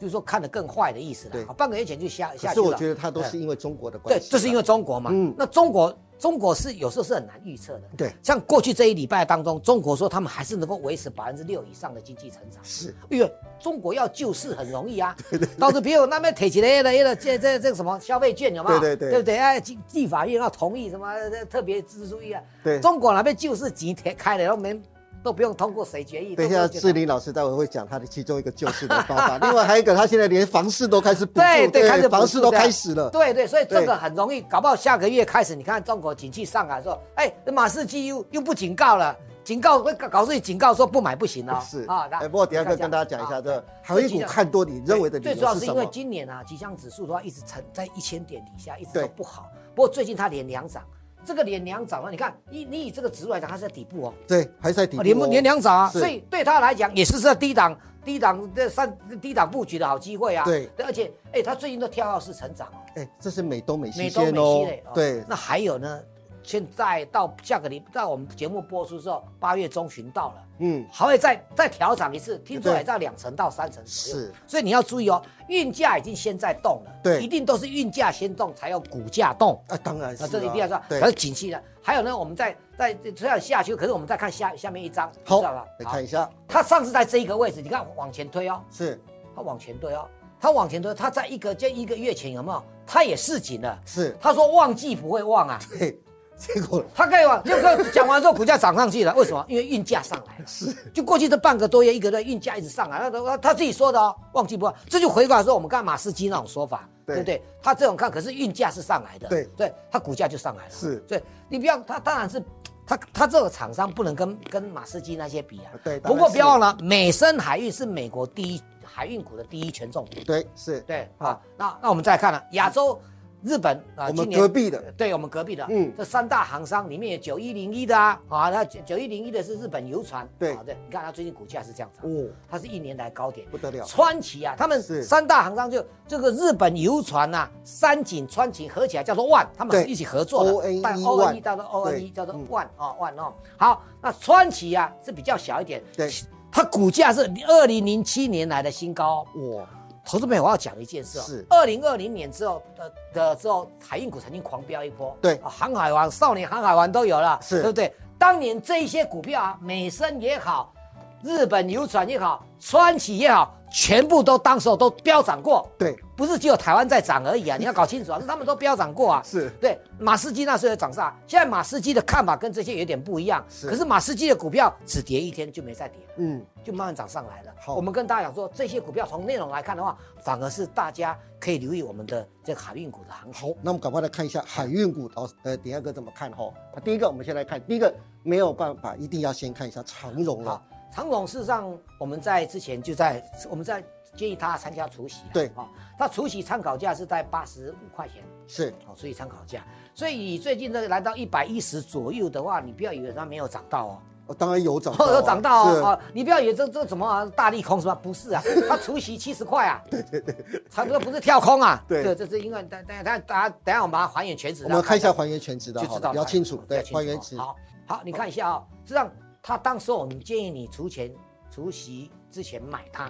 [SPEAKER 2] 就是说看得更坏的意思
[SPEAKER 1] 对
[SPEAKER 2] 了。好半个月前就下
[SPEAKER 1] 可
[SPEAKER 2] 下
[SPEAKER 1] 是
[SPEAKER 2] 去了。
[SPEAKER 1] 我觉得他都
[SPEAKER 2] 嗯
[SPEAKER 1] 是因为中国的关
[SPEAKER 2] 对，
[SPEAKER 1] 系啦，
[SPEAKER 2] 就是因为中国嘛。
[SPEAKER 1] 嗯
[SPEAKER 2] 那中国中国是有时候是很难预测的。
[SPEAKER 1] 对
[SPEAKER 2] 像过去这一礼拜当中，中国说他们还是能够维持百分之六以上的经济成长。
[SPEAKER 1] 是
[SPEAKER 2] 因为哎中国要救市很 容易啊，到时比如那边提起来了，那个这这这个什么消费券有没有？
[SPEAKER 1] 对对对
[SPEAKER 2] 对不对？哎，地地法院要同意什么呃特别支出一啊？
[SPEAKER 1] 对
[SPEAKER 2] 中国那边救市集开开了，然后没都不用通过谁决议。
[SPEAKER 1] 等一下，
[SPEAKER 2] 都不用决
[SPEAKER 1] 志玲老师待会会讲他的其中一个救市的方法，另外还有一个，他现在连房市都开始补助，
[SPEAKER 2] 对对，开始补助
[SPEAKER 1] 房市都
[SPEAKER 2] 这样
[SPEAKER 1] 开始了，
[SPEAKER 2] 对对，所以这
[SPEAKER 1] 对
[SPEAKER 2] 个很容易，搞不好下个月开始，你看中国景气上来的时候，哎，马士基又又不警告了，警告会搞搞自己警告说不买不行哦。
[SPEAKER 1] 是
[SPEAKER 2] 啊，那
[SPEAKER 1] 哎，不过等一下再跟大家讲
[SPEAKER 2] 啊
[SPEAKER 1] 一下，这航运股看多，你认为的理
[SPEAKER 2] 最主要
[SPEAKER 1] 由是
[SPEAKER 2] 是因
[SPEAKER 1] 什
[SPEAKER 2] 为
[SPEAKER 1] 么？
[SPEAKER 2] 今年啊，吉祥指数的话一直沉在一千点底下，一直
[SPEAKER 1] 对
[SPEAKER 2] 都不好。不过最近它连两涨，这个连两涨了，你看，你你以这个指数来讲，它是在底部哦。
[SPEAKER 1] 对，还是在底部
[SPEAKER 2] 啊，连
[SPEAKER 1] 哦
[SPEAKER 2] 连两涨啊，
[SPEAKER 1] 是
[SPEAKER 2] 所以对他来讲也是这低档低档这三低档布局的好机会啊。
[SPEAKER 1] 对
[SPEAKER 2] 而且哎、他最近都跳跃式成长哦。
[SPEAKER 1] 哎，这是美东美西
[SPEAKER 2] 美东
[SPEAKER 1] 线
[SPEAKER 2] 美
[SPEAKER 1] 哦
[SPEAKER 2] 西嘞、哦，
[SPEAKER 1] 对，
[SPEAKER 2] 那还有呢，现在到下个礼拜我们节目播出之后，八月中旬到了，
[SPEAKER 1] 嗯，
[SPEAKER 2] 还会再再调涨一次，听说
[SPEAKER 1] 对
[SPEAKER 2] 也在两成到三成左右。
[SPEAKER 1] 是，
[SPEAKER 2] 所以你要注意哦，运价已经先在动了，
[SPEAKER 1] 对
[SPEAKER 2] 一定都是运价先动，才有股价动。
[SPEAKER 1] 啊，当然是
[SPEAKER 2] 那
[SPEAKER 1] 啊，
[SPEAKER 2] 这个一定要知道，可
[SPEAKER 1] 对
[SPEAKER 2] 是，景气的。还有呢，我们再再这样下去，可是我们再看下下面一张，
[SPEAKER 1] 好
[SPEAKER 2] 知道吧？，
[SPEAKER 1] 来
[SPEAKER 2] 好
[SPEAKER 1] 看一下，
[SPEAKER 2] 它上次在这一个位置，你看往前推哦，
[SPEAKER 1] 是
[SPEAKER 2] 它往前推哦，它往前推，它在一个这一个月前有没有？它也市井了，
[SPEAKER 1] 是，
[SPEAKER 2] 他说旺季不会旺啊，
[SPEAKER 1] 对，结果
[SPEAKER 2] 他可以往就跟讲完之后，股价涨上去了，为什么？因为运价上 来了。是，就过去这半个多月，一个月运价一直上来，那他他自己说的哦，旺季不旺，这就回过来说我们刚才马士基那种说法，
[SPEAKER 1] 对
[SPEAKER 2] 对不对？他这种看，可是运价是上来的，
[SPEAKER 1] 对
[SPEAKER 2] 对，他股价就上来了。
[SPEAKER 1] 是
[SPEAKER 2] 对，你不要他当然是。他他这个厂商不能跟跟马士基那些比啊，
[SPEAKER 1] 对呃当然
[SPEAKER 2] 不过
[SPEAKER 1] 是
[SPEAKER 2] 不要忘了，美深海运是美国第一海运股的第一权重股。
[SPEAKER 1] 对是，
[SPEAKER 2] 对，好，那那我们再看了亚洲、日本啊，
[SPEAKER 1] 我们
[SPEAKER 2] 今年
[SPEAKER 1] 隔壁的
[SPEAKER 2] 对我们隔壁的，
[SPEAKER 1] 嗯
[SPEAKER 2] 嗯，这三大航商里面有九一零一的啊，啊，那九一零一的是日本游船，
[SPEAKER 1] 对
[SPEAKER 2] 啊对，你看它最近股价是这样子，啊
[SPEAKER 1] 哦，
[SPEAKER 2] 它是一年来高点，
[SPEAKER 1] 不得了，
[SPEAKER 2] 川崎啊，他们
[SPEAKER 1] 是
[SPEAKER 2] 三大行商就这个日本游船啊，三井、川崎合起来叫做万，他
[SPEAKER 1] 对
[SPEAKER 2] 们一起合作的
[SPEAKER 1] ONE
[SPEAKER 2] 但
[SPEAKER 1] ONE
[SPEAKER 2] O N E 叫做 O N
[SPEAKER 1] 对
[SPEAKER 2] E 叫做
[SPEAKER 1] 嗯
[SPEAKER 2] 万啊万哦。好，那川崎啊是比较小一点，
[SPEAKER 1] 对，
[SPEAKER 2] 它股价是二零零七年来的新高哦，
[SPEAKER 1] 哇，
[SPEAKER 2] 投资朋友，我要讲一件事哦。
[SPEAKER 1] 是
[SPEAKER 2] 二零二零年之后的的之后，海运股曾经狂飙一波。
[SPEAKER 1] 对
[SPEAKER 2] 啊航海王、少年航海王都有了，
[SPEAKER 1] 是
[SPEAKER 2] 对不对？当年这一些股票啊，美深也好，日本游船也好，川崎也好，全部都当时候都飙涨过。
[SPEAKER 1] 对，
[SPEAKER 2] 不是只有台湾在涨而已 啊，你要搞清楚啊，是他们都飙涨过啊。
[SPEAKER 1] 是
[SPEAKER 2] 对，马士基那时候也涨上来，现在马士基的看法跟这些有点不一样。
[SPEAKER 1] 是
[SPEAKER 2] 可是马士基的股票只跌一天就没再跌了。
[SPEAKER 1] 嗯，
[SPEAKER 2] 就慢慢涨上来了。
[SPEAKER 1] 好
[SPEAKER 2] 我们跟大家讲说，这些股票从内容来看的话，反而是大家可以留意我们的这个海运股的行情。
[SPEAKER 1] 好，那我们赶快来看一下海运股，老呃，鼎泰哥怎么看哈？啊第一个，我们先来看，第一个没有办法，一定要先看一下长荣啊了
[SPEAKER 2] 好，，长荣事实上我们在之前就在我们在建议他参加除夕啊，
[SPEAKER 1] 对
[SPEAKER 2] 啊，他除夕参考价是在八十五块钱，
[SPEAKER 1] 是
[SPEAKER 2] 好，所以参考价。所以最近这个来到一百一十左右的话，你不要以为它没有涨到哦，
[SPEAKER 1] 哦，当然有涨到啊，
[SPEAKER 2] 哦，有涨到
[SPEAKER 1] 是
[SPEAKER 2] 哦，哦，你不要以为这这怎么啊大利空是吧？不是 啊，它除息七十块啊，对对对，差不多不是跳空啊，
[SPEAKER 1] 对
[SPEAKER 2] 这是因为等等等等下等下我们把它还原全值，啊
[SPEAKER 1] 我们看一下
[SPEAKER 2] 让
[SPEAKER 1] 还原全值的
[SPEAKER 2] 大家
[SPEAKER 1] 好
[SPEAKER 2] 就知
[SPEAKER 1] 了，
[SPEAKER 2] 道
[SPEAKER 1] 比较清楚
[SPEAKER 2] 了，
[SPEAKER 1] 对，
[SPEAKER 2] 比较
[SPEAKER 1] 还
[SPEAKER 2] 清
[SPEAKER 1] 原
[SPEAKER 2] 楚
[SPEAKER 1] 值，
[SPEAKER 2] 好好，你看一下啊、哦，实际上它当时我们建议你除钱除息之前买它，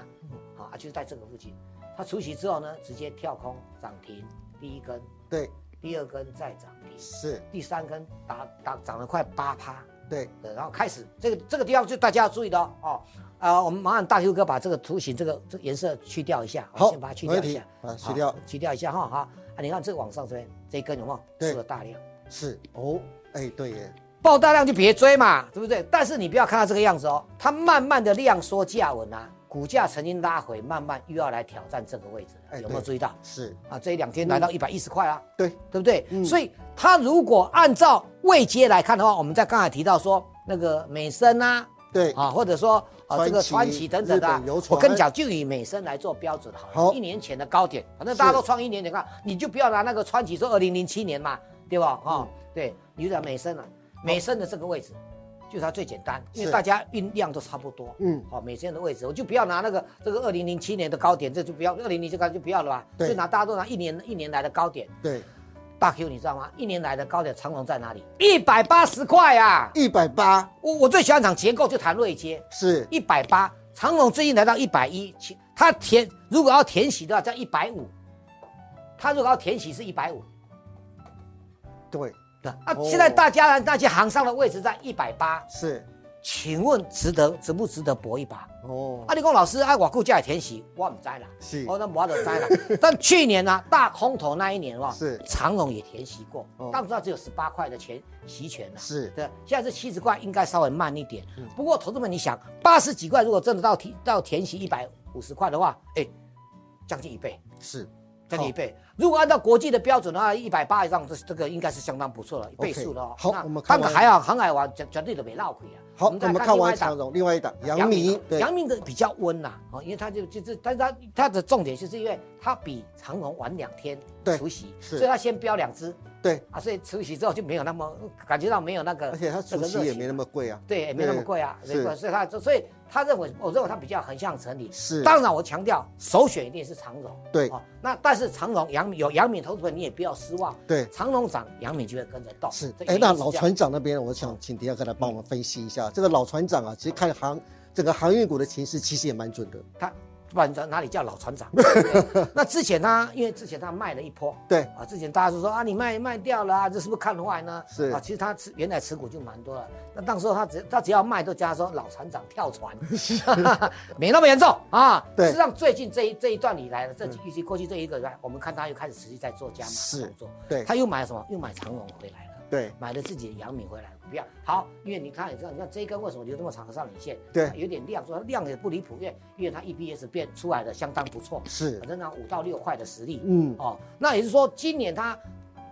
[SPEAKER 2] 好啊，就是在这个附近，它除息之后呢，直接跳空涨停，第一根，
[SPEAKER 1] 对，
[SPEAKER 2] 第二根再涨停，
[SPEAKER 1] 是，
[SPEAKER 2] 第三根打打涨了快八趴。
[SPEAKER 1] 对，
[SPEAKER 2] 对，然后开始这个这个地方就大家要注意的哦。哦啊、我们麻烦大 Q 哥把这个图形这个这个颜色去掉一下，哦
[SPEAKER 1] 好
[SPEAKER 2] 先把它去
[SPEAKER 1] 没
[SPEAKER 2] 掉
[SPEAKER 1] 问
[SPEAKER 2] 一
[SPEAKER 1] 题
[SPEAKER 2] 下，
[SPEAKER 1] 把它去
[SPEAKER 2] 好
[SPEAKER 1] 掉
[SPEAKER 2] 去掉一下哈。好啊，你看这个往上这边这一根有没有
[SPEAKER 1] 对
[SPEAKER 2] 出了大量？
[SPEAKER 1] 是，哦，哎，对耶，
[SPEAKER 2] 爆大量就别追嘛，对不对？但是你不要看它这个样子哦，它慢慢的量缩价稳啊，股价曾经拉回，慢慢又要来挑战这个位置了，
[SPEAKER 1] 哎
[SPEAKER 2] 有没
[SPEAKER 1] 对
[SPEAKER 2] 有
[SPEAKER 1] 嗯
[SPEAKER 2] 注意到？
[SPEAKER 1] 是
[SPEAKER 2] 啊，这一两天来到一百一十块啊，
[SPEAKER 1] 对，
[SPEAKER 2] 对不对？
[SPEAKER 1] 嗯
[SPEAKER 2] 所以它如果按照位阶来看的话，我们在刚才提到说那个美升啊，
[SPEAKER 1] 对
[SPEAKER 2] 啊，或者说啊
[SPEAKER 1] 川
[SPEAKER 2] 这个
[SPEAKER 1] 崎
[SPEAKER 2] 川崎等等的啊
[SPEAKER 1] 日本邮，
[SPEAKER 2] 我
[SPEAKER 1] 船
[SPEAKER 2] 跟你讲，就以美升来做标准好了，
[SPEAKER 1] 好
[SPEAKER 2] 一年前的高点，反正大家
[SPEAKER 1] 是
[SPEAKER 2] 都创一年点看，你就不要拿那个川崎说二零零七年嘛，对吧？
[SPEAKER 1] 嗯
[SPEAKER 2] 哦，对，你就讲美升啊，美升的这个位置。就是它最简单，因为
[SPEAKER 1] 是
[SPEAKER 2] 大家运量都差不多，嗯
[SPEAKER 1] 嗯，
[SPEAKER 2] 好、美升的位置，我就不要拿那个这个二零零七年的高点，这就不要二零零七高就不要了吧，
[SPEAKER 1] 对
[SPEAKER 2] 就拿大家都拿一年一年来的高点，
[SPEAKER 1] 对，
[SPEAKER 2] 大 Q，你知道吗？一年来的高点长龙在哪里？一百八十块啊！
[SPEAKER 1] 一百八
[SPEAKER 2] 我我最喜欢讲结构，就谈瑞接
[SPEAKER 1] 是
[SPEAKER 2] 一百八。长龙最近来到一百一，其它填如果要填息的话，叫一百五。它如果要填息是一百五，
[SPEAKER 1] 对，
[SPEAKER 2] 对啊。
[SPEAKER 1] 哦
[SPEAKER 2] 现在大家那些行上的位置在一百八，
[SPEAKER 1] 是
[SPEAKER 2] 请问值得值不值得搏一把？
[SPEAKER 1] 哦
[SPEAKER 2] 啊，你讲老师，啊，我估价也填息，我唔知啦，
[SPEAKER 1] 是
[SPEAKER 2] 哦，那我就知啦。 但去年呢、大空头那一年哇，啊
[SPEAKER 1] 是
[SPEAKER 2] 长荣也填息过
[SPEAKER 1] 哦，
[SPEAKER 2] 当时它只有十八块的钱息权啦、
[SPEAKER 1] 是
[SPEAKER 2] 对，现在是七十块，应该稍微慢一点。不过投资们，你想八十几块，如果真的到提到填息一百五十块的话，哎，将近一倍，
[SPEAKER 1] 是
[SPEAKER 2] 将近一倍。如果按照国际的标准的话，一百八以上，这这个应该是相当不错了，一倍
[SPEAKER 1] OK，
[SPEAKER 2] 数了哦。
[SPEAKER 1] 好
[SPEAKER 2] 那
[SPEAKER 1] 我们看
[SPEAKER 2] 当
[SPEAKER 1] 完
[SPEAKER 2] 海航航海王绝绝对都没闹亏啊。
[SPEAKER 1] 好，我
[SPEAKER 2] 再
[SPEAKER 1] 们看
[SPEAKER 2] 另外
[SPEAKER 1] 完
[SPEAKER 2] 一档
[SPEAKER 1] 长荣，另外一档
[SPEAKER 2] 阳
[SPEAKER 1] 杨
[SPEAKER 2] 明
[SPEAKER 1] 明
[SPEAKER 2] 啊，
[SPEAKER 1] 对
[SPEAKER 2] 阳明的比较温呐，哦，因为它就就是，但是它它的重点就是因为它比长荣晚两天
[SPEAKER 1] 对
[SPEAKER 2] 除息，
[SPEAKER 1] 是
[SPEAKER 2] 所以它先标两只
[SPEAKER 1] 对，
[SPEAKER 2] 啊，所以除息之后就没有那么感觉到没有那个，
[SPEAKER 1] 而且它
[SPEAKER 2] 呃这
[SPEAKER 1] 除
[SPEAKER 2] 个
[SPEAKER 1] 息
[SPEAKER 2] 热
[SPEAKER 1] 也
[SPEAKER 2] 情
[SPEAKER 1] 没那么贵啊，
[SPEAKER 2] 对，也没那么贵啊，
[SPEAKER 1] 是
[SPEAKER 2] 没贵，所以它所以他认为，我认为它比较横向整理。
[SPEAKER 1] 是
[SPEAKER 2] 当然我强调首选一定是长荣，
[SPEAKER 1] 对
[SPEAKER 2] 哦，那但是长荣、阳明有阳明投资者你也不要失望，
[SPEAKER 1] 对
[SPEAKER 2] 长荣涨，阳明就会跟着动，
[SPEAKER 1] 是
[SPEAKER 2] 哦这，
[SPEAKER 1] 哎，
[SPEAKER 2] 原因
[SPEAKER 1] 那
[SPEAKER 2] 是
[SPEAKER 1] 老
[SPEAKER 2] 这样嗯
[SPEAKER 1] 船长那边，我想请迪亚哥来帮我们分析一下这个老船长啊，其实看航整个航运股的情势，其实也蛮准的。
[SPEAKER 2] 他不然你知道哪里叫老 船长？对那之前他因为之前他卖了一波，
[SPEAKER 1] 对
[SPEAKER 2] 啊，之前大家都说啊你卖卖掉了啊，这是不是看坏呢？
[SPEAKER 1] 是
[SPEAKER 2] 啊，其实他持原来持股就蛮多了，那当时候他只他只要卖都加说老船长跳 船， 没那么严重啊。
[SPEAKER 1] 对嗯
[SPEAKER 2] 实际上最近这一这一段以来的这几预期过去这一个礼拜，我们看他又开始持续在做加码
[SPEAKER 1] 是
[SPEAKER 2] 动作，
[SPEAKER 1] 对
[SPEAKER 2] 他又买了什么？又买长荣回来了。
[SPEAKER 1] 对
[SPEAKER 2] 买了自己的阳明回来，不要好，因为你看，你知道，你看这一根为什么留这么长的上影线？
[SPEAKER 1] 对
[SPEAKER 2] 它有点量，说它量也不离谱，因为因为它 EPS 变出来的相当不错，
[SPEAKER 1] 是
[SPEAKER 2] 反，正呢五到六块的实力，
[SPEAKER 1] 嗯，
[SPEAKER 2] 哦，那也就是说，今年他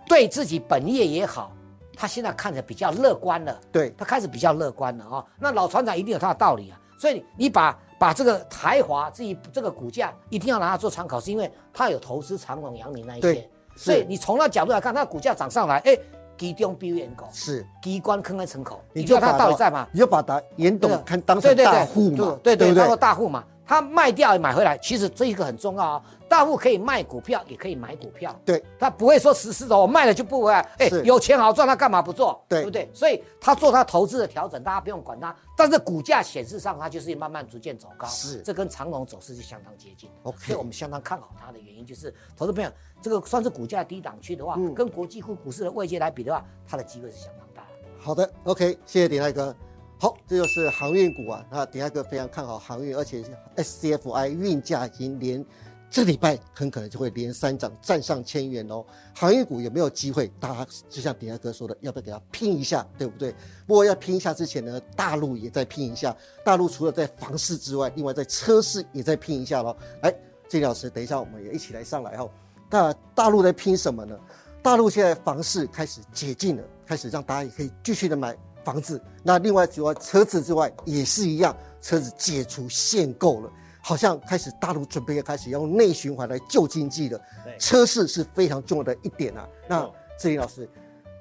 [SPEAKER 2] 对自己本业也好，他现在看着比较乐观了，
[SPEAKER 1] 对，
[SPEAKER 2] 他开始比较乐观了哦。那老船长一定有他的道理啊，所以你你把把这个台华这一这个股价一定要拿它做参考，是因为它有投资长荣、阳明那一些
[SPEAKER 1] 对，是
[SPEAKER 2] 所以你从那角度来看，它股价涨上来，哎，其中表演狗，
[SPEAKER 1] 是，
[SPEAKER 2] 机关坑在城口，
[SPEAKER 1] 你
[SPEAKER 2] 你就
[SPEAKER 1] 就
[SPEAKER 2] 道
[SPEAKER 1] 把
[SPEAKER 2] 它的道理在嘛？
[SPEAKER 1] 你就把它严
[SPEAKER 2] 对
[SPEAKER 1] 董看当成
[SPEAKER 2] 啊对对
[SPEAKER 1] 大户嘛，
[SPEAKER 2] 对对
[SPEAKER 1] 不
[SPEAKER 2] 对，当做
[SPEAKER 1] 对？
[SPEAKER 2] 大户嘛。他卖掉也买回来，其实这一个很重要啊、大户可以卖股票，也可以买股票，
[SPEAKER 1] 对，
[SPEAKER 2] 他不会说实施的，我哦卖了就不回来。哎
[SPEAKER 1] 是，
[SPEAKER 2] 有钱好赚，他干嘛不做？
[SPEAKER 1] 对
[SPEAKER 2] 对不对？所以他做他投资的调整，大家不用管他。但是股价显示上，它就是慢慢逐渐走高，
[SPEAKER 1] 是
[SPEAKER 2] 这跟长龙走势就相当接近。
[SPEAKER 1] OK
[SPEAKER 2] 所以我们相当看好它的原因就是，投资朋友，这个算是股价低档区的话，
[SPEAKER 1] 嗯
[SPEAKER 2] 跟国际股股市的位阶来比的话，它的机会是相当大的。
[SPEAKER 1] 好的，OK，谢谢鼎泰哥。好，这就是航运股啊。那鼎泰哥非常看好航运，而且 SCFI 运价已经连这礼拜很可能就会连三涨，站上千元哦。航运股有没有机会？大家就像鼎泰哥说的，要不要给它拼一下，对不对？不过要拼一下之前呢，大陆也在拼一下。大陆除了在房市之外，另外在车市也在拼一下喽。哎，这老师，等一下我们也一起来上来哦。那大陆在拼什么呢？大陆现在房市开始解禁了，开始让大家也可以继续的买房子。那另外除了车子之外，也是一样，车子解除限购了，好像开始大陆准备要开始要用内循环来救经济了。
[SPEAKER 3] 对
[SPEAKER 1] 车市是非常重要的一点啊。那
[SPEAKER 3] 哎错
[SPEAKER 1] 志林老师，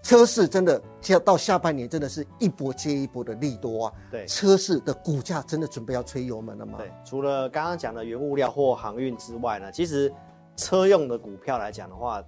[SPEAKER 1] 车市真的现在到下半年真的是一波接一波的利多啊。
[SPEAKER 3] 对
[SPEAKER 1] 车市的股价真的准备要吹油门了吗？
[SPEAKER 3] 对，除了刚刚讲的原物料或航运之外呢，其实车用的股票来讲的话，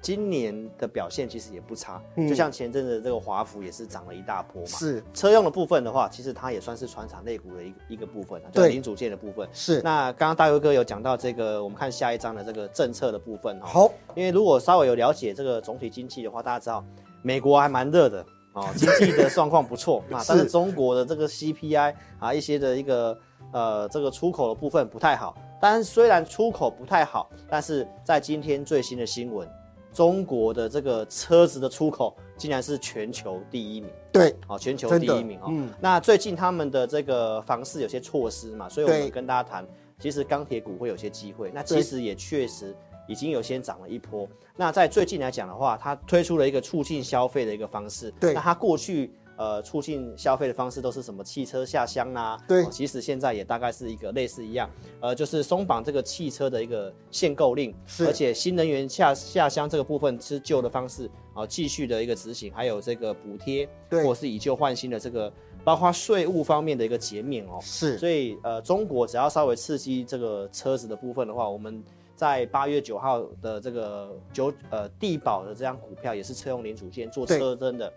[SPEAKER 3] 今年的表现其实也不差。
[SPEAKER 1] 嗯
[SPEAKER 3] 就像前阵子这个华孚也是涨了一大波嘛。
[SPEAKER 1] 是
[SPEAKER 3] 车用的部分的话，其实它也算是船厂类股的一个一个部分啊，就
[SPEAKER 1] 对
[SPEAKER 3] 是零组件的部分。
[SPEAKER 1] 是，
[SPEAKER 3] 那刚刚大佑哥有讲到这个，我们看下一章的这个政策的部分哦。
[SPEAKER 1] 好，
[SPEAKER 3] 因为如果稍微有了解这个总体经济的话，大家知道美国还蛮热的哦，经济的状况不错啊，但是
[SPEAKER 1] 是
[SPEAKER 3] 中国的这个 CPI 啊一些的一个呃这个出口的部分不太好。当然，虽然出口不太好，但是在今天最新的新闻，中国的这个车子的出口竟然是全球第一名。
[SPEAKER 1] 对，
[SPEAKER 3] 哦，全球
[SPEAKER 1] 真
[SPEAKER 3] 第
[SPEAKER 1] 的
[SPEAKER 3] 一名哦。
[SPEAKER 1] 嗯
[SPEAKER 3] 那最近他们的这个房市有些措施嘛，所以我们
[SPEAKER 1] 对
[SPEAKER 3] 跟大家谈，其实钢铁股会有些机会。那其
[SPEAKER 1] 对
[SPEAKER 3] 实也确实已经有先涨了一波。那在最近来讲的话，它推出了一个促进消费的一个方式。
[SPEAKER 1] 对
[SPEAKER 3] 那它过去。呃，促进消费的方式都是什么汽车下乡啦、
[SPEAKER 1] 对
[SPEAKER 3] 哦其实现在也大概是一个类似一样，呃，就是松绑这个汽车的一个限购令，
[SPEAKER 1] 是
[SPEAKER 3] 而且新能源下下乡这个部分是旧的方式啊、继续的一个执行，还有这个补贴，
[SPEAKER 1] 对
[SPEAKER 3] 或者是以旧换新的这个，包括税务方面的一个减免哦。
[SPEAKER 1] 是
[SPEAKER 3] 所以呃，中国只要稍微刺激这个车子的部分的话，我们在八月九号的这个九呃地保的这张股票也是车用零组件做
[SPEAKER 1] 对
[SPEAKER 3] 车灯的，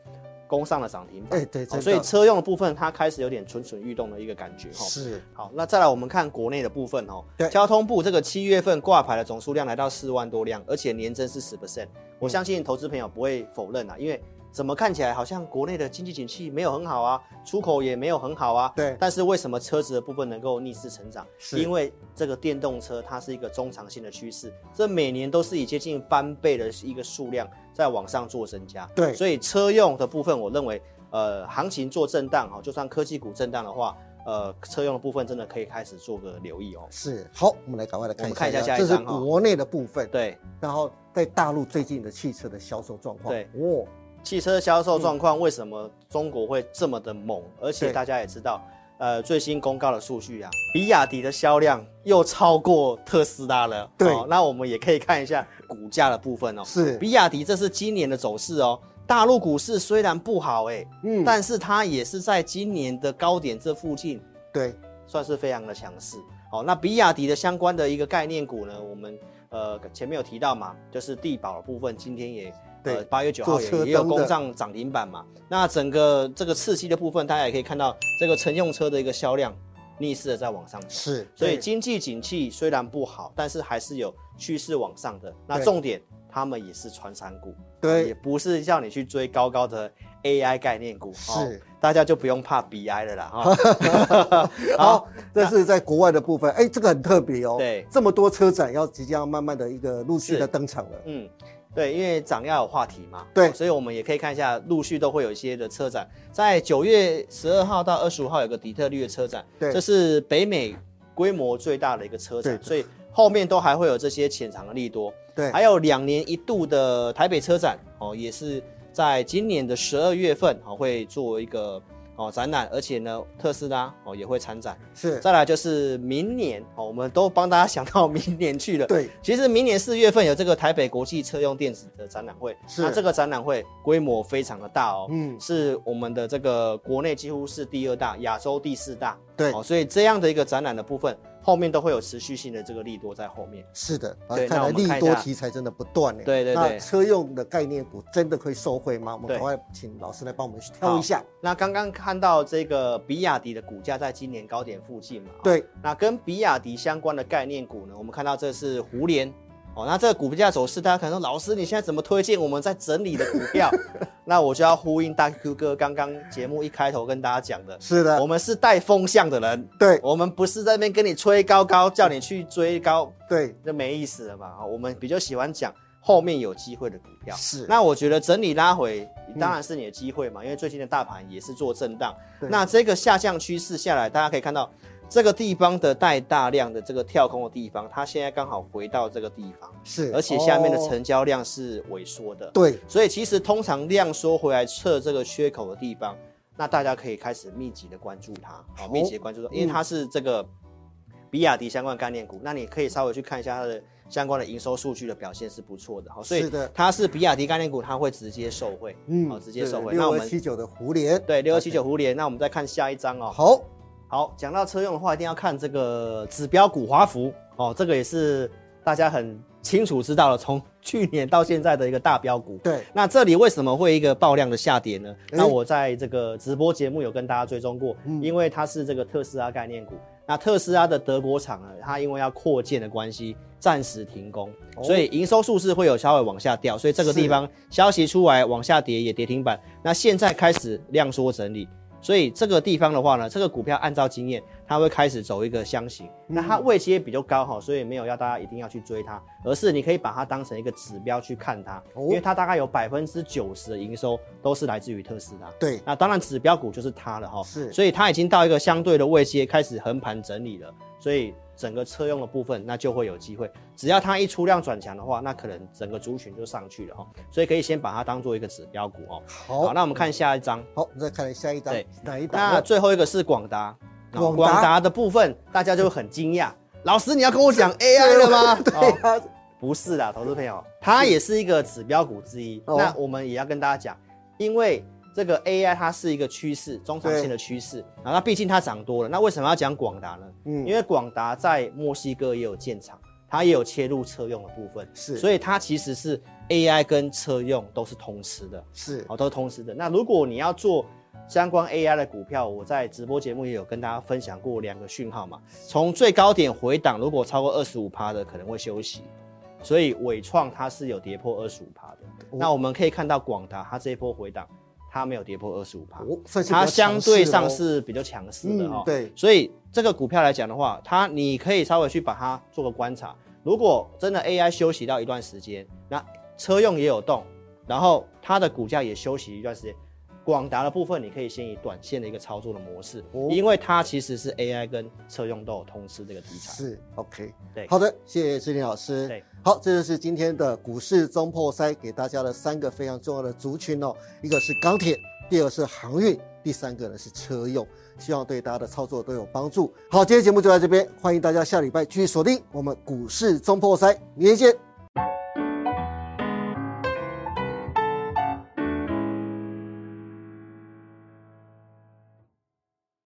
[SPEAKER 3] 攻上了涨停板。
[SPEAKER 1] 哎对真
[SPEAKER 3] 哦
[SPEAKER 1] 的
[SPEAKER 3] 所以车用的部分它开始有点蠢蠢欲动的一个感觉哈、哦。
[SPEAKER 1] 是，
[SPEAKER 3] 好，那再来我们看国内的部分哦
[SPEAKER 1] 对。
[SPEAKER 3] 交通部这个七月份挂牌的总数量来到四万多辆，而且年增是十 percent。我相信投资朋友不会否认啊，因为怎么看起来好像国内的经济景气没有很好啊，出口也没有很好啊。
[SPEAKER 1] 对
[SPEAKER 3] 但是为什么车子的部分能够逆势成长？
[SPEAKER 1] 是
[SPEAKER 3] 因为这个电动车它是一个中长线的趋势，这每年都是以接近翻倍的一个数量在往上做增加。
[SPEAKER 1] 对
[SPEAKER 3] 所以车用的部分，我认为呃行情做震荡哦哈，就算科技股震荡的话，呃车用的部分真的可以开始做个留意哦。
[SPEAKER 1] 是好，我们来赶快来看
[SPEAKER 3] 我
[SPEAKER 1] 一
[SPEAKER 3] 们
[SPEAKER 1] 下，
[SPEAKER 3] 看一下下一
[SPEAKER 1] 这是
[SPEAKER 3] 张哦
[SPEAKER 1] 国内的部分，
[SPEAKER 3] 对，
[SPEAKER 1] 然后在大陆最近的汽车的销售状况，
[SPEAKER 3] 对
[SPEAKER 1] 哦，
[SPEAKER 3] 汽车销售状况为什么中国会这么的猛？而且
[SPEAKER 1] 嗯对
[SPEAKER 3] 大家也知道，呃，最新公告的数据啊，比亚迪的销量又超过特斯拉了。哦
[SPEAKER 1] 对
[SPEAKER 3] 那我们也可以看一下股价的部分哦。
[SPEAKER 1] 是，
[SPEAKER 3] 比亚迪这是今年的走势哦。大陆股市虽然不好哎、
[SPEAKER 1] 嗯
[SPEAKER 3] 但是它也是在今年的高点这附近
[SPEAKER 1] 对，
[SPEAKER 3] 算是非常的强势。好，那比亚迪的相关的一个概念股呢，我们呃前面有提到嘛，就是地保的部分，今天也
[SPEAKER 1] 对
[SPEAKER 3] 呃八月九号
[SPEAKER 1] 做车
[SPEAKER 3] 也
[SPEAKER 1] 灯
[SPEAKER 3] 也有
[SPEAKER 1] 的
[SPEAKER 3] 攻上涨停板嘛。那整个这个刺激的部分，大家也可以看到这个乘用车的一个销量逆势的在往上走。
[SPEAKER 1] 是，
[SPEAKER 3] 所以
[SPEAKER 1] 对
[SPEAKER 3] 经济景气虽然不好，但是还是有趋势往上的。那
[SPEAKER 1] 对
[SPEAKER 3] 重点，他们也是传产股，
[SPEAKER 1] 对
[SPEAKER 3] 也不是叫你去追高高的 AI 概念股，哦
[SPEAKER 1] 是，
[SPEAKER 3] 大家就不用怕 BI 了啦。哈
[SPEAKER 1] 好，，这是在国外的部分，哎，这个很特别哦，
[SPEAKER 3] 对
[SPEAKER 1] 这么多车展要即将慢慢的一个陆续
[SPEAKER 3] 是
[SPEAKER 1] 的登场了，
[SPEAKER 3] 嗯，对，因为涨要有话题嘛，哦
[SPEAKER 1] 对
[SPEAKER 3] 所以我们也可以看一下，陆续都会有一些的车展，在九月十二号到二十五号有个底特律的车展，
[SPEAKER 1] 对
[SPEAKER 3] 这是北美规模最大的一个车展，
[SPEAKER 1] 对
[SPEAKER 3] 所以后面都还会有这些潜藏的利多，
[SPEAKER 1] 对
[SPEAKER 3] 还有两年一度的台北车展哦，也是在今年的十二月份哦会做一个哦展览，而且呢，特斯拉哦也会参展，
[SPEAKER 1] 是，
[SPEAKER 3] 再来就是明年哦，我们都帮大家想到明年去了。
[SPEAKER 1] 对，
[SPEAKER 3] 其实明年四月份有这个台北国际车用电子的展览会，
[SPEAKER 1] 是
[SPEAKER 3] 那这个展览会规模非常的大哦，
[SPEAKER 1] 嗯
[SPEAKER 3] 是我们的这个国内几乎是第二大，亚洲第四大。
[SPEAKER 1] 对
[SPEAKER 3] 哦，所以这样的一个展览的部分，后面都会有持续性的这个利多在后面。
[SPEAKER 1] 是的，啊
[SPEAKER 3] 对，
[SPEAKER 1] 看
[SPEAKER 3] 那我
[SPEAKER 1] 来
[SPEAKER 3] 们
[SPEAKER 1] 利
[SPEAKER 3] 看一
[SPEAKER 1] 多
[SPEAKER 3] 下
[SPEAKER 1] 题材真的不断呢。
[SPEAKER 3] 对对
[SPEAKER 1] 那
[SPEAKER 3] 对
[SPEAKER 1] 车用的概念股真的可以受惠吗？我们
[SPEAKER 3] 对
[SPEAKER 1] 赶快请老师来帮我们去挑一下。
[SPEAKER 3] 那刚刚看到这个比亚迪的股价在今年高点附近嘛，哦
[SPEAKER 1] 对，
[SPEAKER 3] 那跟比亚迪相关的概念股呢，我们看到这是胡联哦。那这个股价走势，大家可能说，老师你现在怎么推荐我们在整理的股票？ 那我就要呼应大 Q 哥刚刚节目一开头跟大家讲的，
[SPEAKER 1] 是的
[SPEAKER 3] 我，们是带风向的人，
[SPEAKER 1] 对
[SPEAKER 3] 我们不是在那边跟你吹高高，叫你去追高，
[SPEAKER 1] 对
[SPEAKER 3] 那没意思了嘛。哦我们比较喜欢讲后面有机会的股票。
[SPEAKER 1] 是。
[SPEAKER 3] 那我觉得整理拉回
[SPEAKER 1] 嗯
[SPEAKER 3] 当然是你的机会嘛，因为最近的大盘也是做震荡。
[SPEAKER 1] 对
[SPEAKER 3] 那这个下降趋势下来，大家可以看到这个地方的带大量的这个跳空的地方，它现在刚好回到这个地方，
[SPEAKER 1] 是，
[SPEAKER 3] 而且下面的
[SPEAKER 1] 哦
[SPEAKER 3] 成交量是萎缩的。
[SPEAKER 1] 对
[SPEAKER 3] 所以其实通常量缩回来测这个缺口的地方，那大家可以开始密集的关注它，好、
[SPEAKER 1] 好嗯
[SPEAKER 3] 密集的关注它，因为它是这个比亚迪相关的概念股，那你可以稍微去看一下它的相关的营收数据的表现是不错的，好、所以
[SPEAKER 1] 是的
[SPEAKER 3] 它是比亚迪概念股，它会直接受惠，嗯，好、直接受惠。那
[SPEAKER 1] 六
[SPEAKER 3] 我
[SPEAKER 1] 二七
[SPEAKER 3] 们
[SPEAKER 1] 九的胡联，
[SPEAKER 3] 对六二七九互联，那我们再看下一张哦。
[SPEAKER 1] 好，
[SPEAKER 3] 好，讲到车用的话，一定要看这个指标股华孚哦，这个也是大家很清楚知道了，从去年到现在的一个大标股。
[SPEAKER 1] 对
[SPEAKER 3] 那这里为什么会一个爆量的下跌呢？
[SPEAKER 1] 诶嗯
[SPEAKER 3] 那我在这个直播节目有跟大家追踪过，因为它是这个特斯拉概念股。那特斯拉的德国厂呢，它因为要扩建的关系，暂时停工，
[SPEAKER 1] 哦
[SPEAKER 3] 所以营收数是会有稍微往下掉，所以这个地方消息出来往下跌也跌停板。那现在开始量缩整理，所以这个地方的话呢，这个股票按照经验，它会开始走一个箱型。
[SPEAKER 1] 嗯
[SPEAKER 3] 那它位阶比较高哈，所以没有要大家一定要去追它，而是你可以把它当成一个指标去看它，
[SPEAKER 1] 哦
[SPEAKER 3] 因为它大概有百分之九十的营收都是来自于特斯拉。
[SPEAKER 1] 对，
[SPEAKER 3] 那当然指标股就是它了哈，
[SPEAKER 1] 是
[SPEAKER 3] 所以它已经到一个相对的位阶，开始横盘整理了，所以整个车用的部分那就会有机会，只要它一出量转强的话，那可能整个族群就上去了哈，所以可以先把它当做一个指标股哦。
[SPEAKER 1] 好，
[SPEAKER 3] 那我们看下一张，
[SPEAKER 1] 好，再看下一档
[SPEAKER 3] 对，
[SPEAKER 1] 哪一档
[SPEAKER 3] 那
[SPEAKER 1] 呢？
[SPEAKER 3] 最后一个是广达，啊
[SPEAKER 1] 哦广达
[SPEAKER 3] 广达的部分大家就会很惊讶，老师你要跟我 讲 AI 了吗？
[SPEAKER 1] 啊对
[SPEAKER 3] 哦
[SPEAKER 1] 啊，
[SPEAKER 3] 不是啦，投资朋友，它也是一个指标股之一。
[SPEAKER 1] 哦
[SPEAKER 3] 那我们也要跟大家讲，因为这个 AI 它是一个趋势，中长线的趋势。然后它毕竟它涨多了，那为什么要讲广达呢？
[SPEAKER 1] 嗯
[SPEAKER 3] 因为广达在墨西哥也有建厂，它也有切入车用的部分，
[SPEAKER 1] 是
[SPEAKER 3] 所以它其实是 AI 跟车用都是同时的。
[SPEAKER 1] 是
[SPEAKER 3] 哦，都是同时的。那如果你要做相关 AI 的股票，我在直播节目也有跟大家分享过两个讯号嘛。从最高点回档，如果超过二十五趴的，可能会休息。所以伟创它是有跌破二十五趴的。
[SPEAKER 1] 哦
[SPEAKER 3] 那我们可以看到广达它这一波回档，它没有跌破二十五趴，
[SPEAKER 1] 哦算是比较
[SPEAKER 3] 它相对上
[SPEAKER 1] 强势哦
[SPEAKER 3] 是比较强势的哦
[SPEAKER 1] 嗯。对
[SPEAKER 3] 所以这个股票来讲的话，它你可以稍微去把它做个观察。如果真的 AI 休息到一段时间，那车用也有动，然后它的股价也休息一段时间。广达的部分，你可以先以短线的一个操作的模式，
[SPEAKER 1] 哦
[SPEAKER 3] 因为它其实是 AI 跟车用都有通吃这个题材。
[SPEAKER 1] 是 OK，
[SPEAKER 3] 对
[SPEAKER 1] 好的，谢谢志林老师。
[SPEAKER 3] 对，
[SPEAKER 1] 好，这就是今天的股市中破塞给大家的三个非常重要的族群哦，一个是钢铁，第二个是航运，第三个呢是车用，希望对大家的操作都有帮助。好，今天节目就到这边，欢迎大家下礼拜继续锁定我们股市中破塞，明天见，